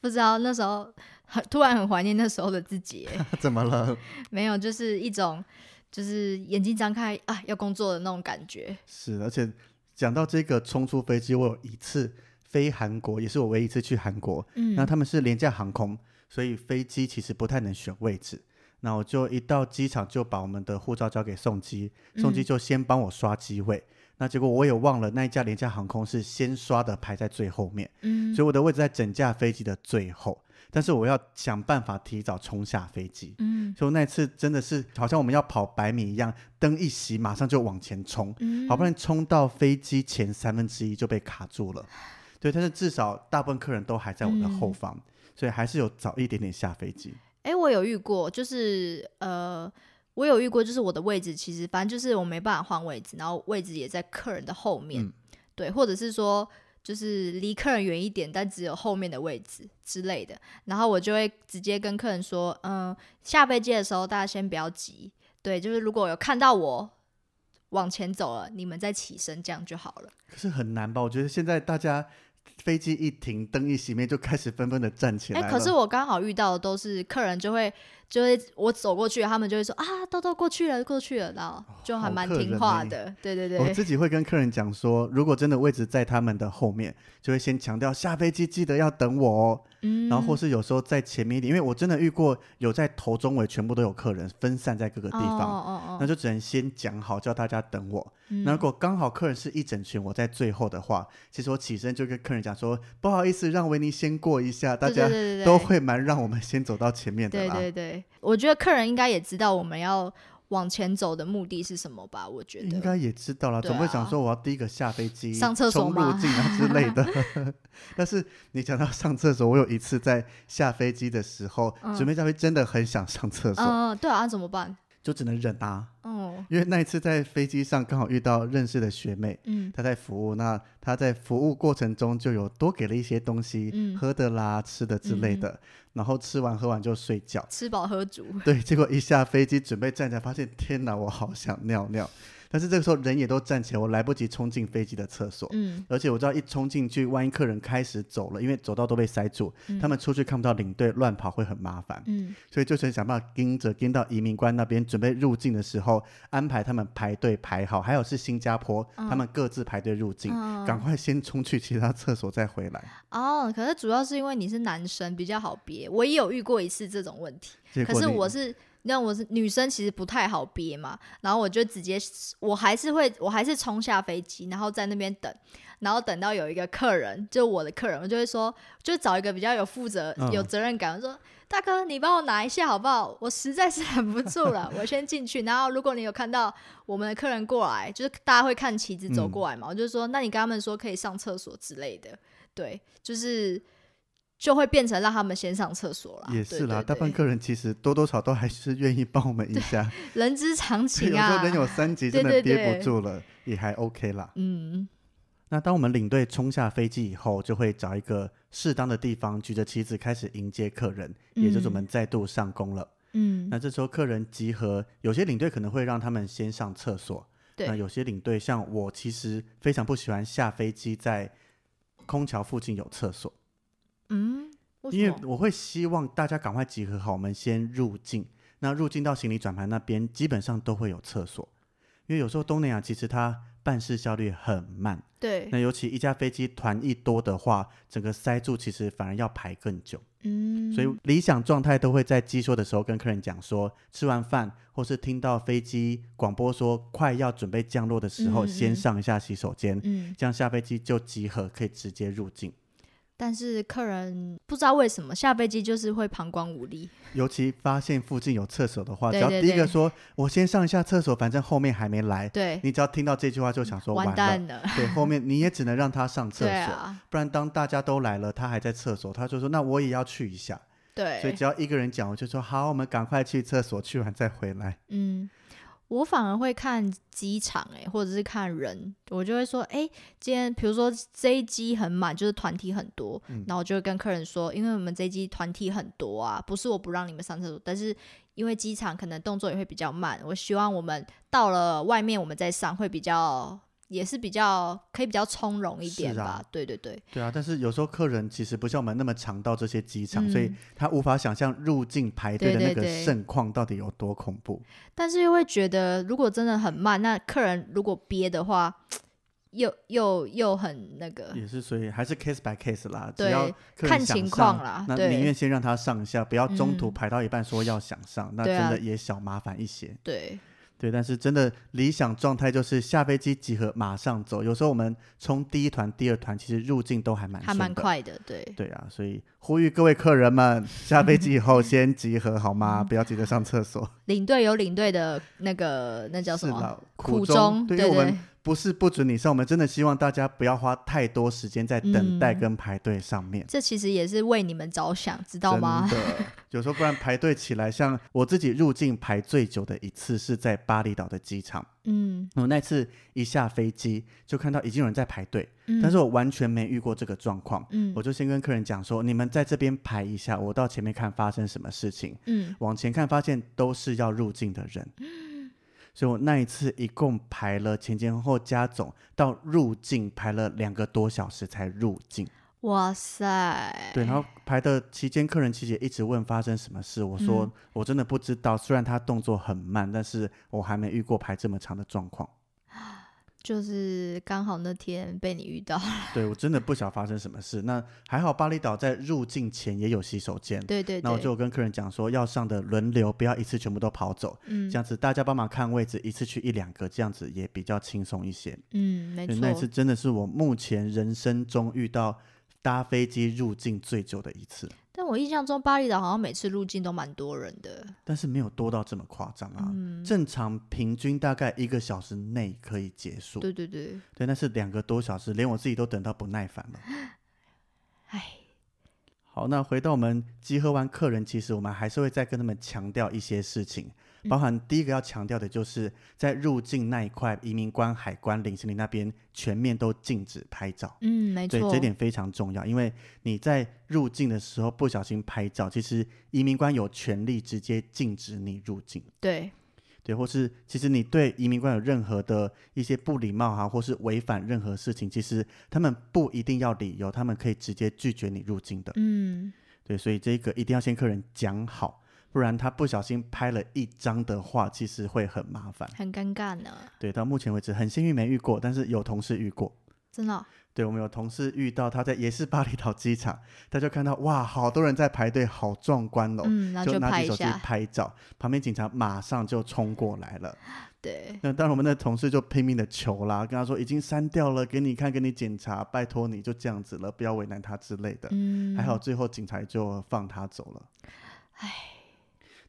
不知道那时候很突然很怀念那时候的自 己欸，
怎么了？
没有，就是一种就是眼睛张开啊要工作的那种感觉，
是，而且讲到这个冲出飞机，我有一次飞韩国，也是我唯一一次去韩国。
嗯
那他们是廉价航空，所以飞机其实不太能选位置。那我就一到机场就把我们的护照交给送机，送机
嗯
就先帮我刷机位。那结果我也忘了那一架廉价航空是先刷的，排在最后面，
嗯
所以我的位置在整架飞机的最后。但是我要想办法提早冲下飞机。
嗯
所以我那一次真的是好像我们要跑百米一样，灯一熄马上就往前冲，
嗯，
好不容易冲到飞机前三分之一就被卡住了，对，但是至少大部分客人都还在我的后
嗯
方，所以还是有早一点点下飞机。
哎、我有遇过，就是呃，我有遇过，就是我的位置其实反正就是我没办法换位置，然后位置也在客人的后面，
嗯
对，或者是说就是离客人远一点，但只有后面的位置之类的，然后我就会直接跟客人说，嗯、下飞机的时候大家先不要急，对，就是如果有看到我往前走了，你们再起身，这样就好了。
可是很难吧？我觉得现在大家飞机一停，灯一熄灭，就开始纷纷的站起来
哎、
了。
可是我刚好遇到的都是客人就会就会我走过去，他们就会说啊，豆豆过去了，过去了，然后就
哦
还
好
蛮
客
听
人
话
欸
的， 对对
我
对。
自己会跟客人讲说，如果真的位置在他们的后面，就会先强调下飞机记得要等我哦。
嗯，
然后或是有时候在前面一点，因为我真的遇过有在头中尾全部都有客人分散在各个地方，
哦哦
那
哦，
就只能先讲好叫大家等我。
嗯
那如果刚好客人是一整群，我在最后的话，其实我起身就跟客人讲说，不好意思，让维尼先过一下，大
对对
家
对对
都
对
会蛮让我们先走到前面的
对
啦。
对对，我觉得客人应该也知道我们要往前走的目的是什么吧？我觉
应
得，
该也知道了，
对
总不会想
啊
说我要第一个下飞机、
上厕所
冲入
吗
境啊之类 的。但是你讲到上厕所，我有一次在下飞机的时候，
嗯
准备下飞机真的很想上厕所，
嗯，对啊，怎么办？
就只能忍啊。
哦，
因为那一次在飞机上刚好遇到认识的学妹，
嗯
她在服务，那她在服务过程中就有多给了一些东西，
嗯
喝的啦、吃的之类的，然后吃完喝完就睡觉。
吃饱喝足，
对，结果一下飞机准备站起来，发现天哪，我好想尿尿。但是这个时候人也都站起来，我来不及冲进飞机的厕所。
嗯
而且我知道一冲进去，万一客人开始走了，因为走道都被塞住，他们出去看不到领队，乱跑会很麻烦，
嗯，
所以就想想办法盯着盯到移民官那边，准备入境的时候安排他们排队排好，还有是新加坡，他们各自排队入境，
嗯
赶快先冲去其他厕所再回来。
哦，可是主要是因为你是男生比较好憋，我也有遇过一次这种问题。
结果
可是
你
我是，那我是女生，其实不太好憋嘛。然后我就直接，我还是会，我还是冲下飞机，然后在那边等，然后等到有一个客人，就我的客人，我就会说，就找一个比较有负责、
嗯
有责任感，我说。大哥，你帮我拿一下好不好？我实在是忍不住了，我先进去。然后如果你有看到我们的客人过来，就是大家会看旗子走
嗯
过来嘛，我就说，那你跟他们说可以上厕所之类的，对，就是就会变成让他们先上厕所啦。
也
对
是啦，
对
大部分
对
客人其实多多少都还是愿意帮我们一下。
人之常
所以
情
有时候
啊。
人有三级
对
真的
对
憋不
对
住了，也还 OK 啦。
嗯，
那当我们领队冲下飞机以后，就会找一个适当的地方，举着旗子开始迎接客人，也就是我
嗯
们再度上工了。
嗯
那这时候客人集合，有些领队可能会让他们先上厕所，
对
那有些领队像我，其实非常不喜欢下飞机在空桥附近有厕所，
嗯，为
因
什
为
么？
我会希望大家赶快集合好，我们先入境。那入境到行李转盘那边，基本上都会有厕所，因为有时候东南亚其实它办事效率很慢。
对，
那尤其一架飞机团一多的话，整个塞住其实反而要排更久。
嗯，
所以理想状态都会在机说的时候跟客人讲说，吃完饭或是听到飞机广播说快要准备降落的时候，
嗯嗯
先
嗯
上一下洗手间，
嗯，
这样下飞机就集合，可以直接入境。
但是客人不知道为什么下飞机就是会膀胱无力，
尤其发现附近有厕所的话，
对
只要
对
第一个
对
说“我先上一下厕所，反正后面还没来”，
对，
你只要听到这句话就想说
完
完了，
蛋了，
对，后面你也只能让他上厕
对
所，
啊，
不然当大家都来了，他还在厕所，他就说“那我也要去一下”，所以
对，
只要一个人讲，我就说“好，我们赶快去厕所，去完再回来”。
嗯。我反而会看机场哎、或者是看人，我就会说，哎、今天比如说这一机很满，就是团体很多，
嗯
然后我就会跟客人说，因为我们这一机团体很多啊，不是我不让你们上厕所，但是因为机场可能动作也会比较慢，我希望我们到了外面我们再上会比较，也是比较可以比较从容一点
是
吧，
啊
对对对，
对啊，但是有时候客人其实不像我们那么常到这些机场，所以
嗯
他无法想象入境排队的
对
那
对
个
对
盛况到底有多恐怖。
但是又会觉得如果真的很慢，那客人如果憋的话，又又又很那个，
也是，所以还是 case by case 啦，只
对
要客人
看
想
情
上
况啦
那
啊对
宁愿先让他上一下，不要中途
嗯
排到一半说要想上， 那
对
真
啊
的也小麻烦一些。
对，
对，但是真的理想状态就是下飞机集合马上走。有时候我们冲第一团、第二团，其实入境都还蛮
还
顺
蛮
的。
快的，对。
对啊，所以呼吁各位客人 们，下飞机以后先集合好
嗯
吗？不要急着上厕所。
领队有领队的那个那叫什
是
么
啦，
苦
衷，
对
因为我
对
们，不是不准你上，我们真的希望大家不要花太多时间在等待
嗯
跟排队上面。
这其实也是为你们着想，知道
真
吗？
的，有时候不然排队起来，像我自己入境排最久的一次是在巴厘岛的机场，
嗯，
我那次一下飞机就看到已经有人在排队，
嗯
但是我完全没遇过这个状况。
嗯
我就先跟客人讲说，你们在这边排一下，我到前面看发生什么事情。
嗯
往前看，发现都是要入境的 人，所以我那一次一共排了前前后后加总到入境排了两个多小时才入境。
哇塞，
对，然后排的期间，客人其实也一直问发生什么事，我说、
嗯
我真的不知道，虽然他动作很慢，但是我还没遇过排这么长的状况。
就是刚好那天被你遇到，
对我真的不晓得发生什么事。那还好，巴厘岛在入境前也有洗手间。
对对
那我
对，
就跟客人讲说，要上的轮流，不要一次全部都跑走，
嗯
这样子大家帮忙看位置，一次去一两个，这样子也比较轻松一些。
嗯，没
对那一次
错，
真的是我目前人生中遇到搭飞机入境最久的一次，
但我印象中巴厘岛好像每次入境都蛮多人的，
但是没有多到这么夸张啊。
嗯，
正常平均大概一个小时内可以结束，
对对对，
对，那是两个多小时，连我自己都等到不耐烦了。
哎，
好，那回到我们集合完客人，其实我们还是会再跟他们强调一些事情，
嗯
包含第一个要强调的就是在入境那一块，移民官、海关、领事林那边全面都禁止拍照。
嗯，没
对，
错，
这点非常重要，因为你在入境的时候不小心拍照，其实移民官有权利直接禁止你入境。
对，
对，或是其实你对移民官有任何的一些不礼貌哈、啊或是违反任何事情，其实他们不一定要理由，他们可以直接拒绝你入境的。
嗯，
对，所以这个一定要先客人讲好，不然他不小心拍了一张的话，其实会很麻烦。
很尴尬呢，
对，到目前为止很幸运没遇过，但是有同事遇过。
真的哦、
对，我们有同事遇到他在也是巴厘岛机场，他就看到哇，好多人在排队，好壮观哦，
嗯，然后
就拿
拍
起
一
手机
下，
拍照，旁边警察马上就冲过来了。
对，
那当然，我们的同事就拼命的求啦，跟他说已经删掉了，给你看，给你检查，拜托你就这样子了，不要为难他之类的。
嗯，
呃还好，最后警察就放他走了。
唉，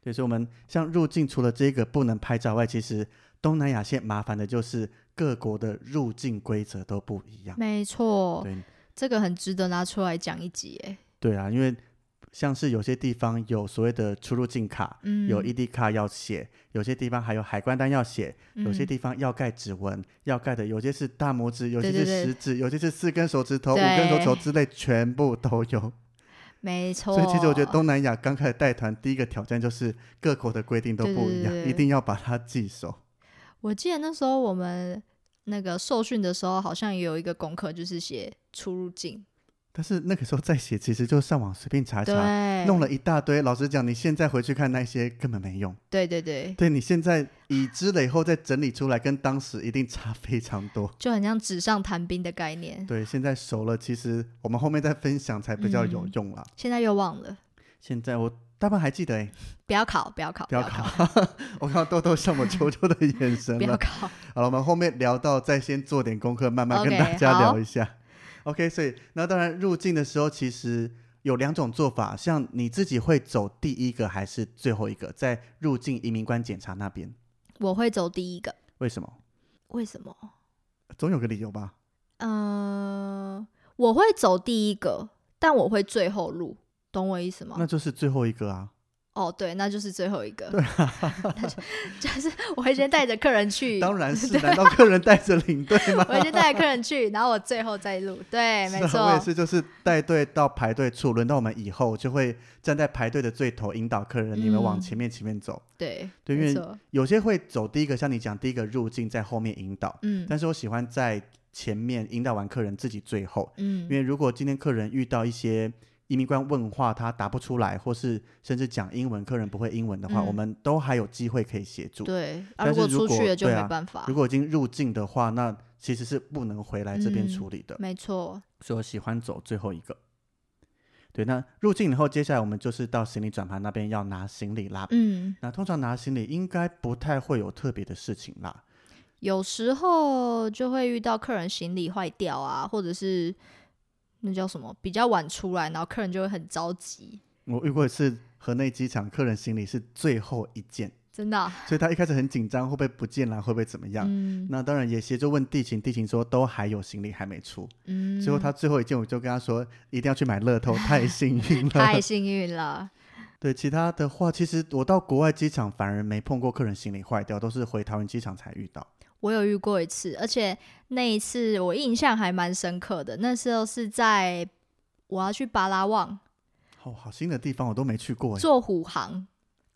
对，所以我们像入境除了这个不能拍照外，其实东南亚现麻烦的就是各国的入境规则都不一样。
没错，
对
这个很值得拿出来讲一集，哎，
对啊，因为像是有些地方有所谓的出入境卡，
嗯，
有 ED 卡要写，有些地方还有海关单要写，有些
嗯
地方要盖指纹，要盖的有些是大拇指，有些
对
是
对
食指，有些是四根手指头、五
对
根手指头之类，全部都 有。
没错，
所以其实我
哦
觉得东南亚刚开始带团，第一个挑战就是各国的规定都
对
不一样，
对对
一定要把它记熟。
我记得那时候我们那个受训的时候，好像也有一个功课，就是写出入境，
但是那个时候再写，其实就上网随便查一查，
对，
弄了一大堆。老实讲，你现在回去看那些根本没用。
对对对，
对你现在已知了以后再整理出来，跟当时一定差非常多。
就很像纸上谈兵的概念，
对，现在熟了，其实我们后面再分享才比较有
嗯
用啦。
现在又忘了，
现在我大半还记得哎、
不要考，不要考，
不
不
要
考，
考， 我看到豆豆向我求救的眼神
不要
了。
考，
好了，我们后面聊到再先做点功课，慢慢跟
OK，
大家
好
聊一下。OK，所以那当然入境的时候，其实有两种做法，像你自己会走第一个还是最后一个，在入境移民官检查那边，
我会走第一个，
为什么？
为什么？
总有个理由吧？
嗯，我会走第一个，但我会最后录，懂我意思吗
那？就是最后一个 啊。
哦，对，那就是最后一 个，对、就就是我会先带着客人去，
当然是，难道客人带着领队吗？
我会先带着客人去，然后我最后再录， 对，
是
没
啊
错，
我也是，就是带队到排队处，轮到我们以后就会站在排队的最头，引导客人你们往
嗯
前面前面走。
对，
对因
没
为
错，
有些会走第一个，像你讲第一个入境，在后面引导，
嗯
但是我喜欢在前面引导完客人自己最后，因
嗯
为如果今天客人遇到一些。移民官问话，他答不出来，或是甚至讲英文，客人不会英文的话，
嗯
我们都还有机会可以协助。
对，啊，
但
如
是
果
如
出去
果
了就
对
没
啊
办法，
如果已经入境的话，那其实是不能回来这边
嗯
处理的。
没错，
所以我喜欢走最后一个。对，那入境以后，接下来我们就是到行李转盘那边要拿行李啦。
嗯，
那通常拿行李应该不太会有特别的事情啦。
有时候就会遇到客人行李坏掉啊，或者是那叫什么比较晚出来，然后客人就会很着急，
我遇过一次河内机场，客人行李是最后一件，
真 的啊、
所以他一开始很紧张，会不会不见了，会不会怎么样？
嗯
那当然也协助问地勤，地勤说都还有行李还没出。
嗯，
最后他最后一件，我就跟他说一定要去买乐透，太幸运 了
太。幸运了，
对其他的话，其实我到国外机场反而没碰过客人行李坏掉，都是回桃园机场才遇到。
我有遇过一次，而且那一次我印象还蛮深刻的。那时候是在我要去巴拉望
哦，好新的地方我都没去过耶。
做虎航，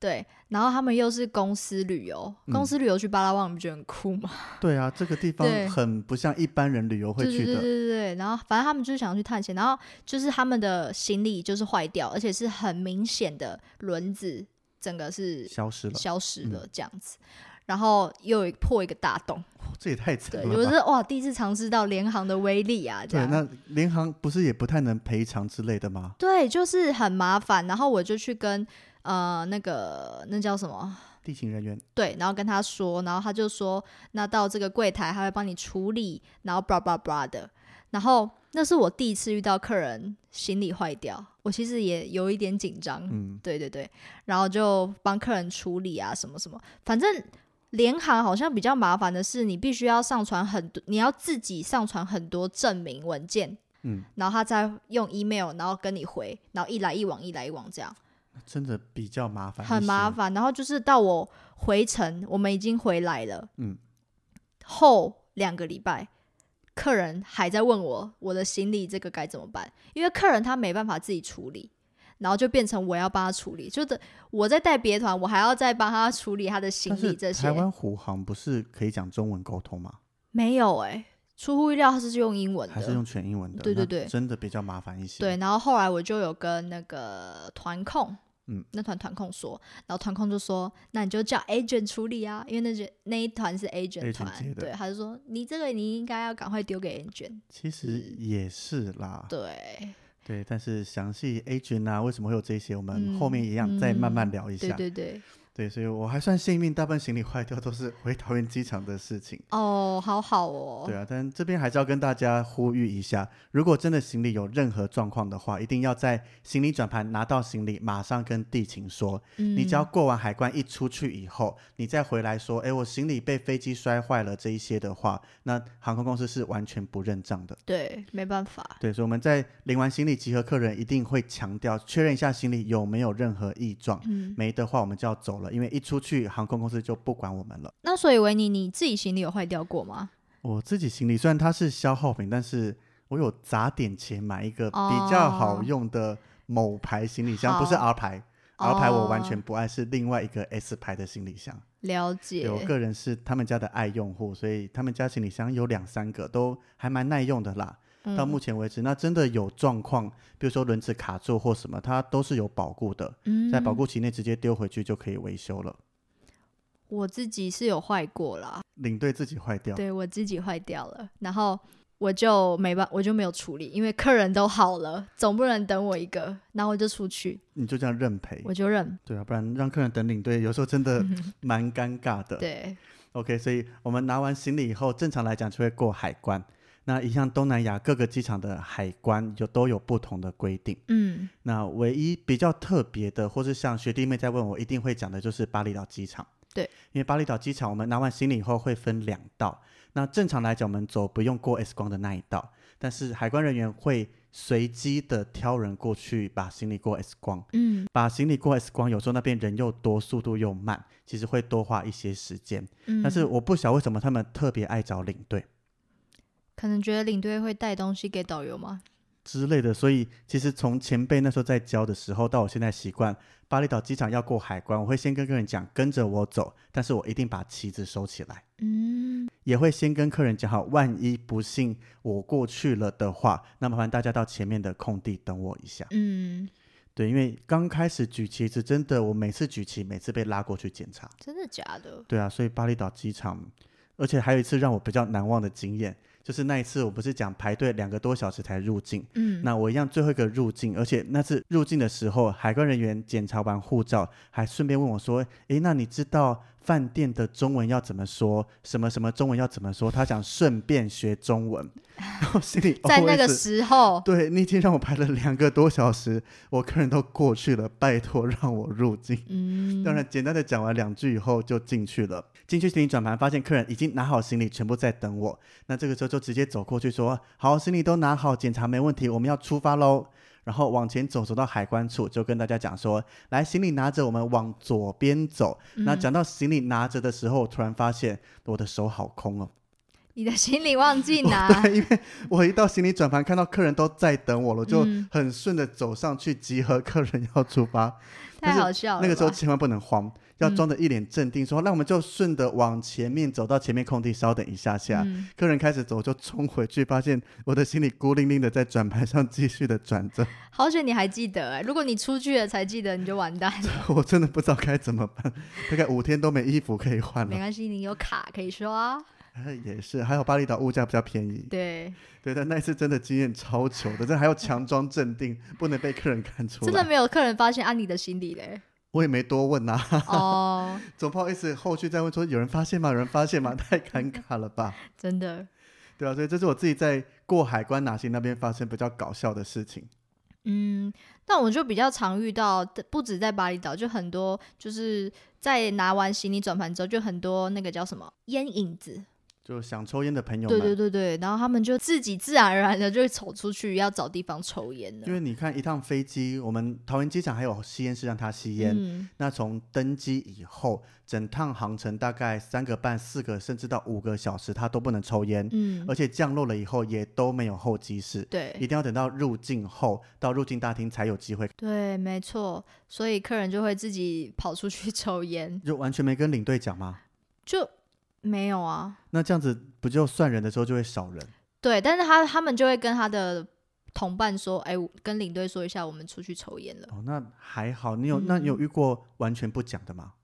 对，然后他们又是公司旅游，
嗯
公司旅游去巴拉望，你不觉得很酷吗？
对啊，这个地方
对
很不像一般人旅游会
对
去
对
的。
对对对对，然后反正他们就是想要去探险，然后就是他们的行李就是坏掉，而且是很明显的轮子整个是
消失了、嗯
消失了这样子，然后又有一破一个大洞。
哦这也太 惨
对，
了
我
吧！
是哇，第一次尝试到联航的威力啊，这
对，
样。
那联航不是也不太能赔偿之类的吗？
对，就是很麻烦。然后我就去跟呃那个那叫什么？
地勤人员
对，然后跟他说，然后他就说，那到这个柜台他会帮你处理，然后 blah blah blah 的。然后那是我第一次遇到客人行李坏掉，我其实也有一点紧张。
嗯，
对对对，然后就帮客人处理啊，什么什么，反正。联行好像比较麻烦的是，你必须要上传很多，你要自己上传很多证明文件，
嗯，
然后他再用 email，然后跟你回，然后一来一往，一来一往这样，
嗯真的比较麻烦，
很麻。烦。然后就是到我回程，我们已经回来了，
嗯，
后两个礼拜，客人还在问我我的行李这个该怎么办，因为客人他没办法自己处理，然后就变成我要帮他处理，就是我在带别团，我还要再帮他处理他的行
但是
李这
台
些，
湾虎航不是可以讲中文沟通吗？
没有哎、出乎意料，他是用英文
还是
的。
用全英文的？
对对
那
对
真的比较麻烦一些。
对，，然后后来我就有跟那个团控，
嗯
那团团控说，然后团控就说，那你就叫 agent 处理啊，因为那是那一团是 agent
agent
团
接的
对，他就说你这个你应该要赶快丢给 agent，
其实也是啦。
对，
对，但是详细 A 群啊，为什么会有这些，我们
嗯
后面一样再慢慢
嗯
聊一下。
对对对，
对所以我还算幸运，大部分行李坏掉都是回桃园机场的事情。
哦，好好哦，
对啊，但这边还是要跟大家呼吁一下，如果真的行李有任何状况的话，一定要在行李转盘拿到行李，马上跟地勤说。
嗯
你只要过完海关一出去以后，你再回来说，哎，我行李被飞机摔坏了这一些的话，那航空公司是完全不认账的。
对，没办法，
对，所以我们在领完行李集合客人，一定会强调确认一下行李有没有任何异状，
嗯，
没的话我们就要走了，因为一出去航空公司就不管我们了。
那所以维尼，你自己行李有坏掉过吗？
我自己行李虽然它是消耗品，但是我有砸点钱买一个比较好用的某牌行李箱，
哦
不是 R 牌。R 牌我完全
哦
不爱，是另外一个 S 牌的行李箱。
了
对
解，
我个人是他们家的爱用户，所以他们家行李箱有两三个，都还蛮耐用的啦。
嗯
到目前为止，那真的有状况，比如说轮子卡住或什么，它都是有保固的，
嗯
在保
嗯
固期内直接丢回去就可以维修了。
我自己是有坏过啦，
领队自己坏掉，
对我自己坏掉了，然后我就没办，我就没有处理，因为客人都好了，总不能等我一个，然后我就出去，
你就这样认赔。
我就认，
对啊，不然让客人等领队，有时候真的蛮尴尬的。
对，
OK，所以我们拿完行李以后，正常来讲就会过海关。那一向东南亚各个机场的海关有都有不同的规定。
嗯，
那唯一比较特别的，或是像学弟妹在问我，一定会讲的就是巴厘岛机场。
对，
因为巴厘岛机场，我们拿完行李以后会分两道。那正常来讲，我们走不用过 X 光的那一道，但是海关人员会随机的挑人过去把行李过 X 光。
嗯
把行李过 X 光，有时候那边人又多，速度又慢，其实会多花一些时间。
嗯，
但是我不晓得为什么他们特别爱找领队
可能觉得领队会带东西给导游吗？
之类的，所以其实从前辈那时候在教的时候，到我现在习惯，巴厘岛机场要过海关，我会先跟客人讲跟着我走，但是我一定把旗子收起来，
嗯，
也会先跟客人讲好，万一不幸我过去了的话，那麻烦大家到前面的空地等我一下。
嗯，
对，因为刚开始举旗子，真的我每次举旗，每次被拉过去检查。
真的假的？
对啊，所以巴厘岛机场，而且还有一次让我比较难忘的经验，就是那一次我不是讲排队两个多小时才入境，
嗯，
那我一样最后一个入境，而且那次入境的时候，海关人员检查完护照，还顺便问我说：“诶，那你知道饭店的中文要怎么说？什么什么中文要怎么说？”他想顺便学中文，然后心里哦
在那个
OS
时 候，
对，你已经让我排了两个多小时，我客人都过去了，拜托让我入境。
嗯，
当然，简单的讲完两句以后就进去了。进去行李转盘，发现客人已经拿好行李，全部在等我。那这个时候就直接走过去说：“好，行李都拿好，检查没问题，我们要出发喽。”然后往前走，走到海关处，就跟大家讲说：“来，行李拿着，我们往左边走。
嗯
那讲到行李拿着的时候，我突然发现我的手好空哦。
你的行李忘记拿，
对，因为我一到行李转盘，看到客人都在等我了，我就
嗯
很顺的走上去集合客人要出发。但
太
是
好笑了吧。
那个时候千万不能慌，要
嗯
装的一脸镇定，说：“那我们就顺着往前面走到前面空地，稍等一下下。
嗯
客人开始走，就冲回去，发现我的行李孤零零的在转盘上继续的转着，
好险你还记得哎、如果你出去了才记得，你就完蛋了。
我 真的不知道该怎么办，大概五天都没衣服可以换
没
了。
关系，你有卡可以刷。
哎也是，还好巴厘岛物价比较便宜，
对，
对，但那一次真的经验超糗的，这还要强装镇定，不能被客人看出
真的
来。
没有客人发现啊按你的行李嘞。
我也没多问啊，
哦，
总不好意思后续再问说有人发现吗？有人发现吗？太尴尬了吧。
真的，
对啊，所以这是我自己在过海关拿行那边发生比较搞笑的事情。
嗯，但我就比较常遇到，不止在巴厘岛，就很多就是在拿完行李转盘之后，就很多那个叫什么烟影子，
就想抽烟的朋友们，
对对对对，然后他们就自己自然而然的就会走出去要找地方抽烟了
因。为你看一趟飞机，我们桃园机场还有吸烟室让他吸烟。
嗯，
那从登机以后，整趟航程大概三个半、四个甚至到五个小时，他都不能抽烟，
嗯
而且降落了以后也都没有候机室，一
对
定要等到入境后到入境大厅才有机会，
对，没错，所以客人就会自己跑出去抽烟，
就完全没跟领队讲嘛。
就没有啊。
那这样子不就算人的时候就会少人？
对，但是他他们就会跟他的同伴说，哎、我跟领队说一下，我们出去抽烟了。
哦，那还好，
嗯
你有、那你有遇过完全不讲的吗？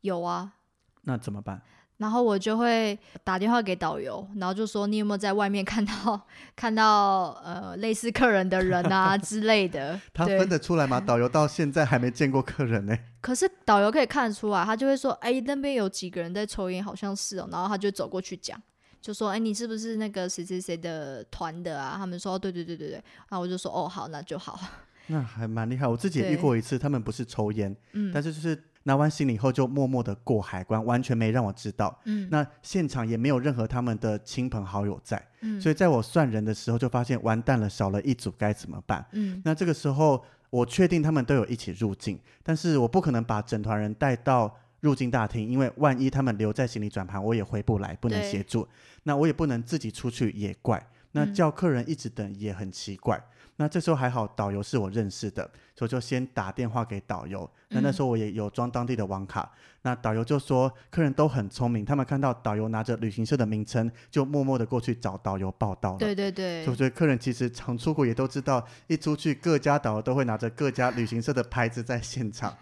有啊，
那怎么办？
然后我就会打电话给导游，然后就说你有没有在外面看到看到呃类似客人的人啊之类的。
他
对
分得出来吗？导游到现在还没见过客人 呢、
可是导游可以看得出来，他就会说：“哎、那边有几个人在抽烟，好像是哦。”然后他就走过去讲，就说：“哎、你是不是那个谁谁谁的团的啊？”他们说：“对对对对对。”然后我就说：“哦，好，那就好。
那还蛮厉害。我自己也遇
对
过一次，他们不是抽烟，”
嗯
但是就是拿完行李后就默默的过海关，完全没让我知道。
嗯
那现场也没有任何他们的亲朋好友在，
嗯
所以在我算人的时候就发现完蛋了，少了一组该怎么办？
嗯
那这个时候我确定他们都有一起入境，但是我不可能把整团人带到入境大厅，因为万一他们留在行李转盘，我也回不来，不能
对
协助。那我也不能自己出去，也怪。那
嗯
叫客人一直等也很奇怪。那这时候还好，导游是我认识的，所以我就先打电话给导游。那那时候我也有装当地的网卡，那导游就说客人都很聪明，他们看到导游拿着旅行社的名称，就默默的过去找导游报到了。
对对
所
对
以我，觉得客人其实常出国也都知道，一出去各家导游都会拿着各家旅行社的牌子在现场，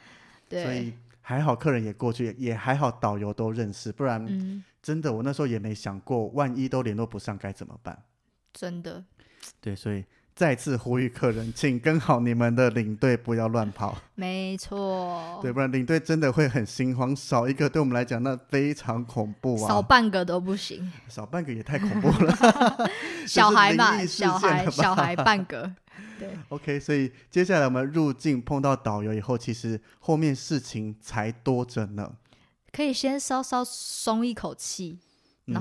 所
对，
以还好客人也过去，也还好导游都认识，不然
嗯，
真的我那时候也没想过，万一都联络不上该怎么办？
真的。
对，所以再次呼吁客人，请跟好你们的领队，不要乱跑，
没错，
对，不然领队真的会很心慌，少一个对我们来讲那非常恐怖啊，
少半个都不行。
少半个也太恐怖了。
小孩
灵
嘛，
异事
小
件
孩
了吧
小孩 半个，对，
OK，所以接下来我们入境碰到导游以后，其实后面事情才多着呢。
可以先稍稍松一口气，然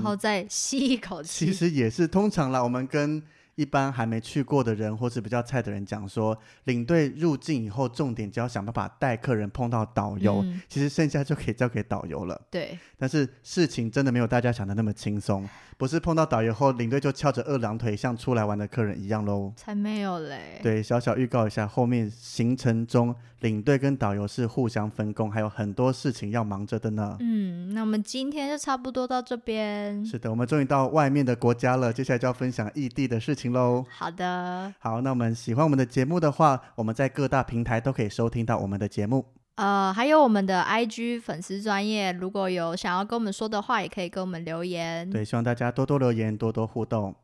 嗯
后再 吸一口
其
气。
实也是通常啦，我们跟一般还没去过的人或是比较菜的人讲说，领队入境以后，重点就要想办法带客人碰到导游，
嗯
其实剩下就可以交给导游了。
对，
但是事情真的没有大家想的那么轻松，不是碰到导游后，领队就翘着二郎腿像出来玩的客人一样喽。
才没有嘞。
对，小小预告一下，后面行程中领队跟导游是互相分工，还有很多事情要忙着的呢。
嗯，那我们今天就差不多到这边。
是的，我们终于到外面的国家了，接下来就要分享异地的事情喽。
好的，
好，那我们喜欢我们的节目的话，我们在各大平台都可以收听到我们的节目。
呃，还有我们的 IG 粉丝专业，如果有想要跟我们说的话，也可以跟我们留言。
对，希望大家多多留言，多多互动。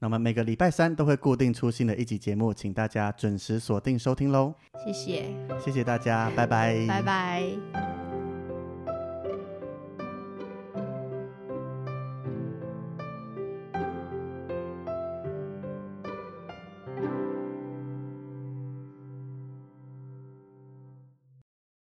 那么每个礼拜三都会固定出新的一集节目，请大家准时锁定收听喽。
谢谢，
谢谢大家，拜拜，
拜拜。